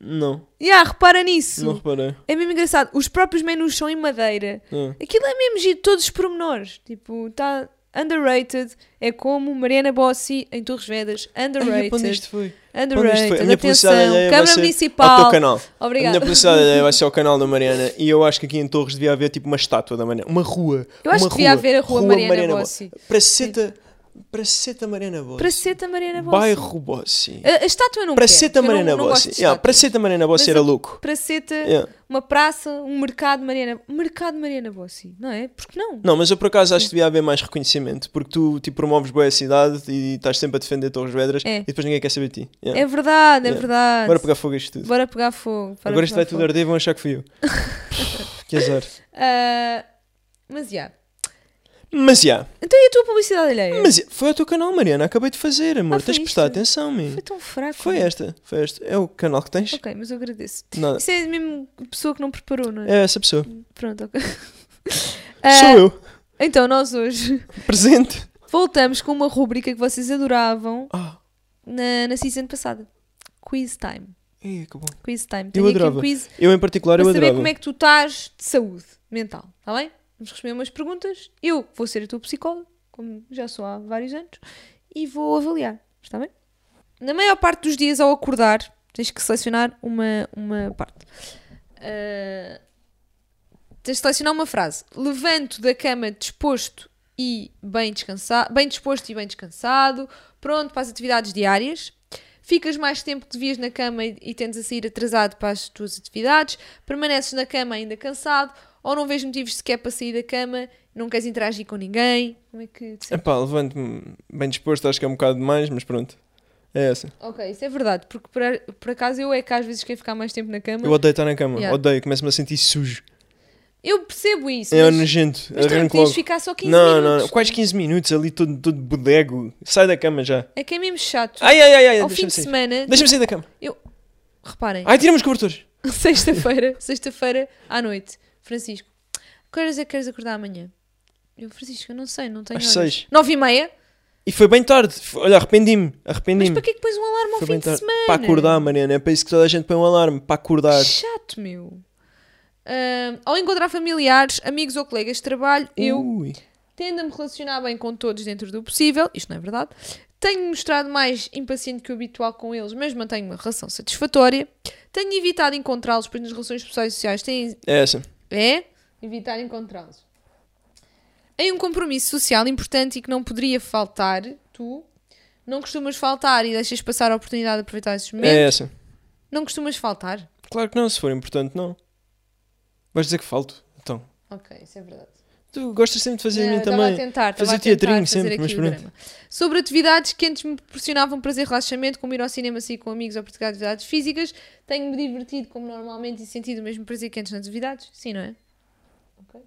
S2: não,
S1: Yeah, repara nisso.
S2: não reparei.
S1: É mesmo engraçado. Os próprios menus são em madeira.
S2: Não.
S1: Aquilo é mesmo giro, todos os pormenores. Tipo, está underrated. É como Mariana Bossi em Torres Vedras.
S2: Ai, para onde
S1: Underrated.
S2: isto foi? Para onde isto
S1: Underrated.
S2: foi? A minha
S1: Atenção.
S2: publicidade alheia vai
S1: Câmara
S2: ser ao teu
S1: Municipal.
S2: canal. A minha
S1: Obrigada.
S2: publicidade alheia vai ser ao canal da Mariana e eu acho que aqui em Torres devia haver tipo uma estátua da Mariana, uma rua.
S1: Eu acho
S2: uma
S1: que devia haver a Rua Mariana Bossi.
S2: Praceta, Praceta Mariana Bossi.
S1: Praceta Mariana Bossi.
S2: Bairro Bossi.
S1: A, a estátua eu não
S2: Praceta
S1: quero, porque eu
S2: Mariana
S1: não, não
S2: Bossi.
S1: gosto de
S2: Yeah,
S1: estátuas.
S2: Praceta Mariana Bossi
S1: Mas
S2: era
S1: a-
S2: louco.
S1: Praceta,
S2: Yeah.
S1: uma praça, um mercado Mariana... Mercado Mariana Bossi, não é? Porque não?
S2: Não, mas eu por acaso acho que devia haver mais reconhecimento, porque tu tipo, promoves boa a cidade e estás sempre a defender Torres Vedras
S1: É.
S2: e depois ninguém quer saber de ti. Yeah.
S1: É verdade, é
S2: Yeah.
S1: verdade.
S2: Bora pegar fogo a isto tudo.
S1: Bora pegar fogo. bora
S2: Agora isto
S1: pegar
S2: vai tudo
S1: fogo.
S2: arder e vão achar que fui eu. que azar.
S1: Ah, mas, já.
S2: Mas já.
S1: Então e a tua publicidade alheia?
S2: Mas já. foi ao teu canal, Mariana. Acabei de fazer, amor.
S1: Ah, foi
S2: Tens de prestar
S1: isto?
S2: atenção, mim.
S1: Foi tão fraco. né?
S2: Foi esta. Foi esta. É o canal que tens.
S1: Ok, mas eu agradeço.
S2: Nada.
S1: Isso é mesmo pessoa que não preparou, não é?
S2: É essa pessoa.
S1: Pronto, ok. Ah,
S2: Sou eu.
S1: Então, nós hoje
S2: Presente.
S1: voltamos com uma rubrica que vocês adoravam
S2: Ah,
S1: na, na season passada. Quiz Time.
S2: Ih, que bom.
S1: Quiz time.
S2: Eu
S1: Tenho aqui um
S2: adorava.
S1: quiz
S2: Eu, em particular,
S1: para
S2: eu
S1: saber
S2: adorava.
S1: como é que tu estás de saúde mental, está bem? Vamos responder umas perguntas. Eu vou ser a tua psicóloga, como já sou há vários anos, e vou avaliar, está bem? Na maior parte dos dias ao acordar, tens que selecionar uma, uma parte. Ah, tens de selecionar uma frase. Levanto da cama disposto e bem descansado, bem disposto e bem descansado, pronto para as atividades diárias. Ficas mais tempo que devias na cama e, e tendes a sair atrasado para as tuas atividades. Permaneces na cama ainda cansado ou não vês motivos sequer para sair da cama, não queres interagir com ninguém. Como é que te sentes?
S2: Epá, levanto-me bem disposto, acho que é um bocado demais, mas pronto. É essa.
S1: Ok, isso é verdade, porque por, a- por acaso eu é que às vezes quero ficar mais tempo na cama.
S2: Eu odeio estar na cama,
S1: Yeah.
S2: odeio, começo-me a sentir sujo.
S1: Eu percebo isso.
S2: É
S1: mas...
S2: nojento,
S1: Mas também
S2: arranco
S1: podias
S2: logo.
S1: ficar só 15
S2: não,
S1: minutos.
S2: não, não, quais 15 minutos ali todo, todo bodego? Sai da cama já.
S1: É que é mesmo chato.
S2: Ai, ai, ai, ai,
S1: Ao fim
S2: deixa-me
S1: de
S2: sair.
S1: semana,
S2: Deixa-me sair da cama.
S1: reparem,
S2: Ai, tira-me os cobertores.
S1: sexta-feira, sexta-feira à noite, Francisco, que horas é que queres acordar amanhã? Eu, Francisco, eu não sei, não tenho
S2: Às
S1: horas.
S2: seis.
S1: Nove e meia?
S2: E foi bem tarde. F- Olha, arrependi-me.
S1: Mas
S2: Arrependi-me.
S1: para que é que pões um alarme ao
S2: Foi
S1: fim
S2: bem
S1: de
S2: tarde.
S1: semana?
S2: Para acordar, Mariana. É para isso que toda a gente põe um alarme. Para acordar.
S1: Chato, meu. Ah, ao encontrar familiares, amigos ou colegas de trabalho,
S2: Uh.
S1: eu
S2: Ui.
S1: Tendo a me relacionar bem com todos dentro do possível, isto não é verdade. Tenho mostrado mais impaciente que o habitual com eles, mas mantenho uma relação satisfatória. Tenho evitado encontrá-los, pois nas relações pessoais e sociais têm.
S2: É essa.
S1: É? Evitar encontrá-los. Em um compromisso social importante e que não poderia faltar, tu não costumas faltar e deixas passar a oportunidade de aproveitar esses momentos.
S2: É essa.
S1: Não costumas faltar?
S2: Claro que não, se for importante, não. Vais dizer que falto. Então.
S1: Ok, isso é verdade.
S2: Tu gostas sempre de fazer
S1: Não,
S2: a mim
S1: eu estava
S2: também.
S1: Eh, a tentar, estava
S2: Fazer
S1: a tentar
S2: teatrinho
S1: fazer
S2: sempre,
S1: aqui
S2: mas
S1: o
S2: pronto.
S1: drama. Sobre atividades que antes me proporcionavam prazer e relaxamento, como ir ao cinema, sair com amigos ou praticar atividades físicas, tenho-me divertido como normalmente e sentido o mesmo prazer que antes nas atividades. Sim, não é? Ok.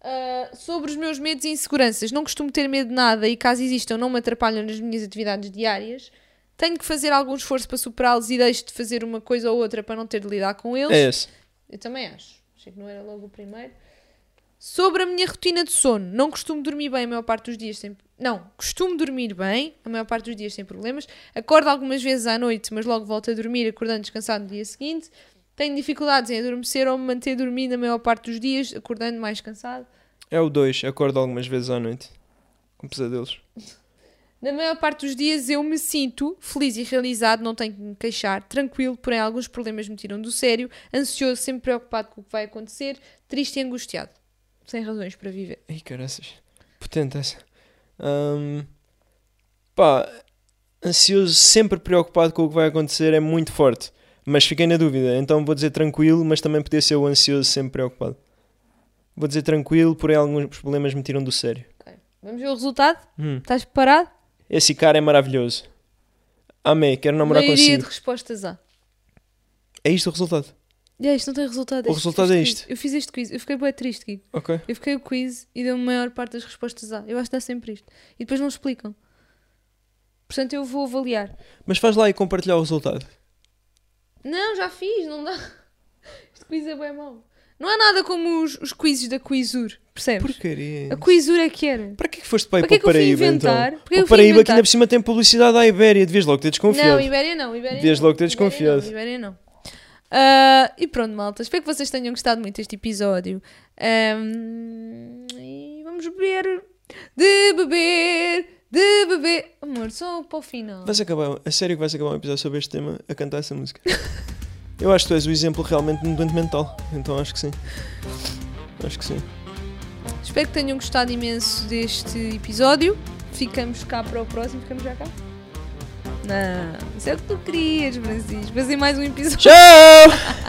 S1: Ah, sobre os meus medos e inseguranças, não costumo ter medo de nada e caso existam não me atrapalham nas minhas atividades diárias. Tenho que fazer algum esforço para superá-los e deixo de fazer uma coisa ou outra para não ter de lidar com eles.
S2: É essa.
S1: Eu também acho. Achei que não era logo o primeiro. Sobre a minha rotina de sono, não costumo dormir bem a maior parte dos dias sem. Não, costumo dormir bem a maior parte dos dias sem problemas. Acordo algumas vezes à noite, mas logo volto a dormir, acordando descansado no dia seguinte. Tenho dificuldades em adormecer ou me manter dormindo a maior parte dos dias, acordando mais cansado.
S2: É o 2. Acordo algumas vezes à noite. Com pesadelos.
S1: Na maior parte dos dias eu me sinto feliz e realizado, não tenho que me queixar, tranquilo, porém alguns problemas me tiram do sério, ansioso, sempre preocupado com o que vai acontecer, triste e angustiado, sem razões para viver.
S2: Ai, caraças. Potente essa. Ahm, pá, ansioso, sempre preocupado com o que vai acontecer, é muito forte. Mas fiquei na dúvida, então vou dizer tranquilo, mas também podia ser o ansioso, sempre preocupado. Vou dizer tranquilo, porém alguns problemas me tiram do sério.
S1: Vamos ver o resultado?
S2: Hum.
S1: Estás preparado?
S2: Esse cara é maravilhoso. Amei, quero namorar
S1: Maioria
S2: consigo.
S1: de respostas A.
S2: É isto o resultado.
S1: E é isto não tem resultado.
S2: O
S1: este-
S2: resultado
S1: este
S2: é
S1: quiz.
S2: este.
S1: Eu fiz este quiz, eu fiquei bem triste, Kiko.
S2: Ok.
S1: Eu fiquei o quiz e deu-me a maior parte das respostas A. Eu acho que dá sempre isto. E depois não explicam. Portanto, eu vou avaliar.
S2: Mas faz lá e compartilhar o resultado.
S1: Não, já fiz, não dá. Este quiz é bem mau. Não há nada como os, os quizzes da Quizur, percebes?
S2: Porcaria.
S1: A Quizur é que era.
S2: Para que é que foste para,
S1: Para
S2: para,
S1: que é que eu fui
S2: Paraíba
S1: inventar?
S2: então?
S1: Para que é que eu
S2: o
S1: fui
S2: Paraíba que
S1: inventar?
S2: ainda por cima tem publicidade à Ibéria, devias logo ter desconfiado.
S1: Não, Ibéria não, Ibéria
S2: Devias
S1: não.
S2: logo ter
S1: Ibéria
S2: desconfiado.
S1: não, Ibéria não. Ah, e pronto, malta. Espero que vocês tenham gostado muito deste episódio. Ahm, e vamos beber. De beber. De beber. Amor, só para o final.
S2: Vais acabar, a sério que vais acabar um episódio sobre este tema a cantar essa música. Eu acho que tu és o exemplo realmente de um doente mental, então acho que sim. Acho que sim.
S1: Espero que tenham gostado imenso deste episódio. Ficamos cá para o próximo. Ficamos já cá? Não. Isso é o que tu querias, Francisco. Fazer mais um episódio.
S2: Tchau!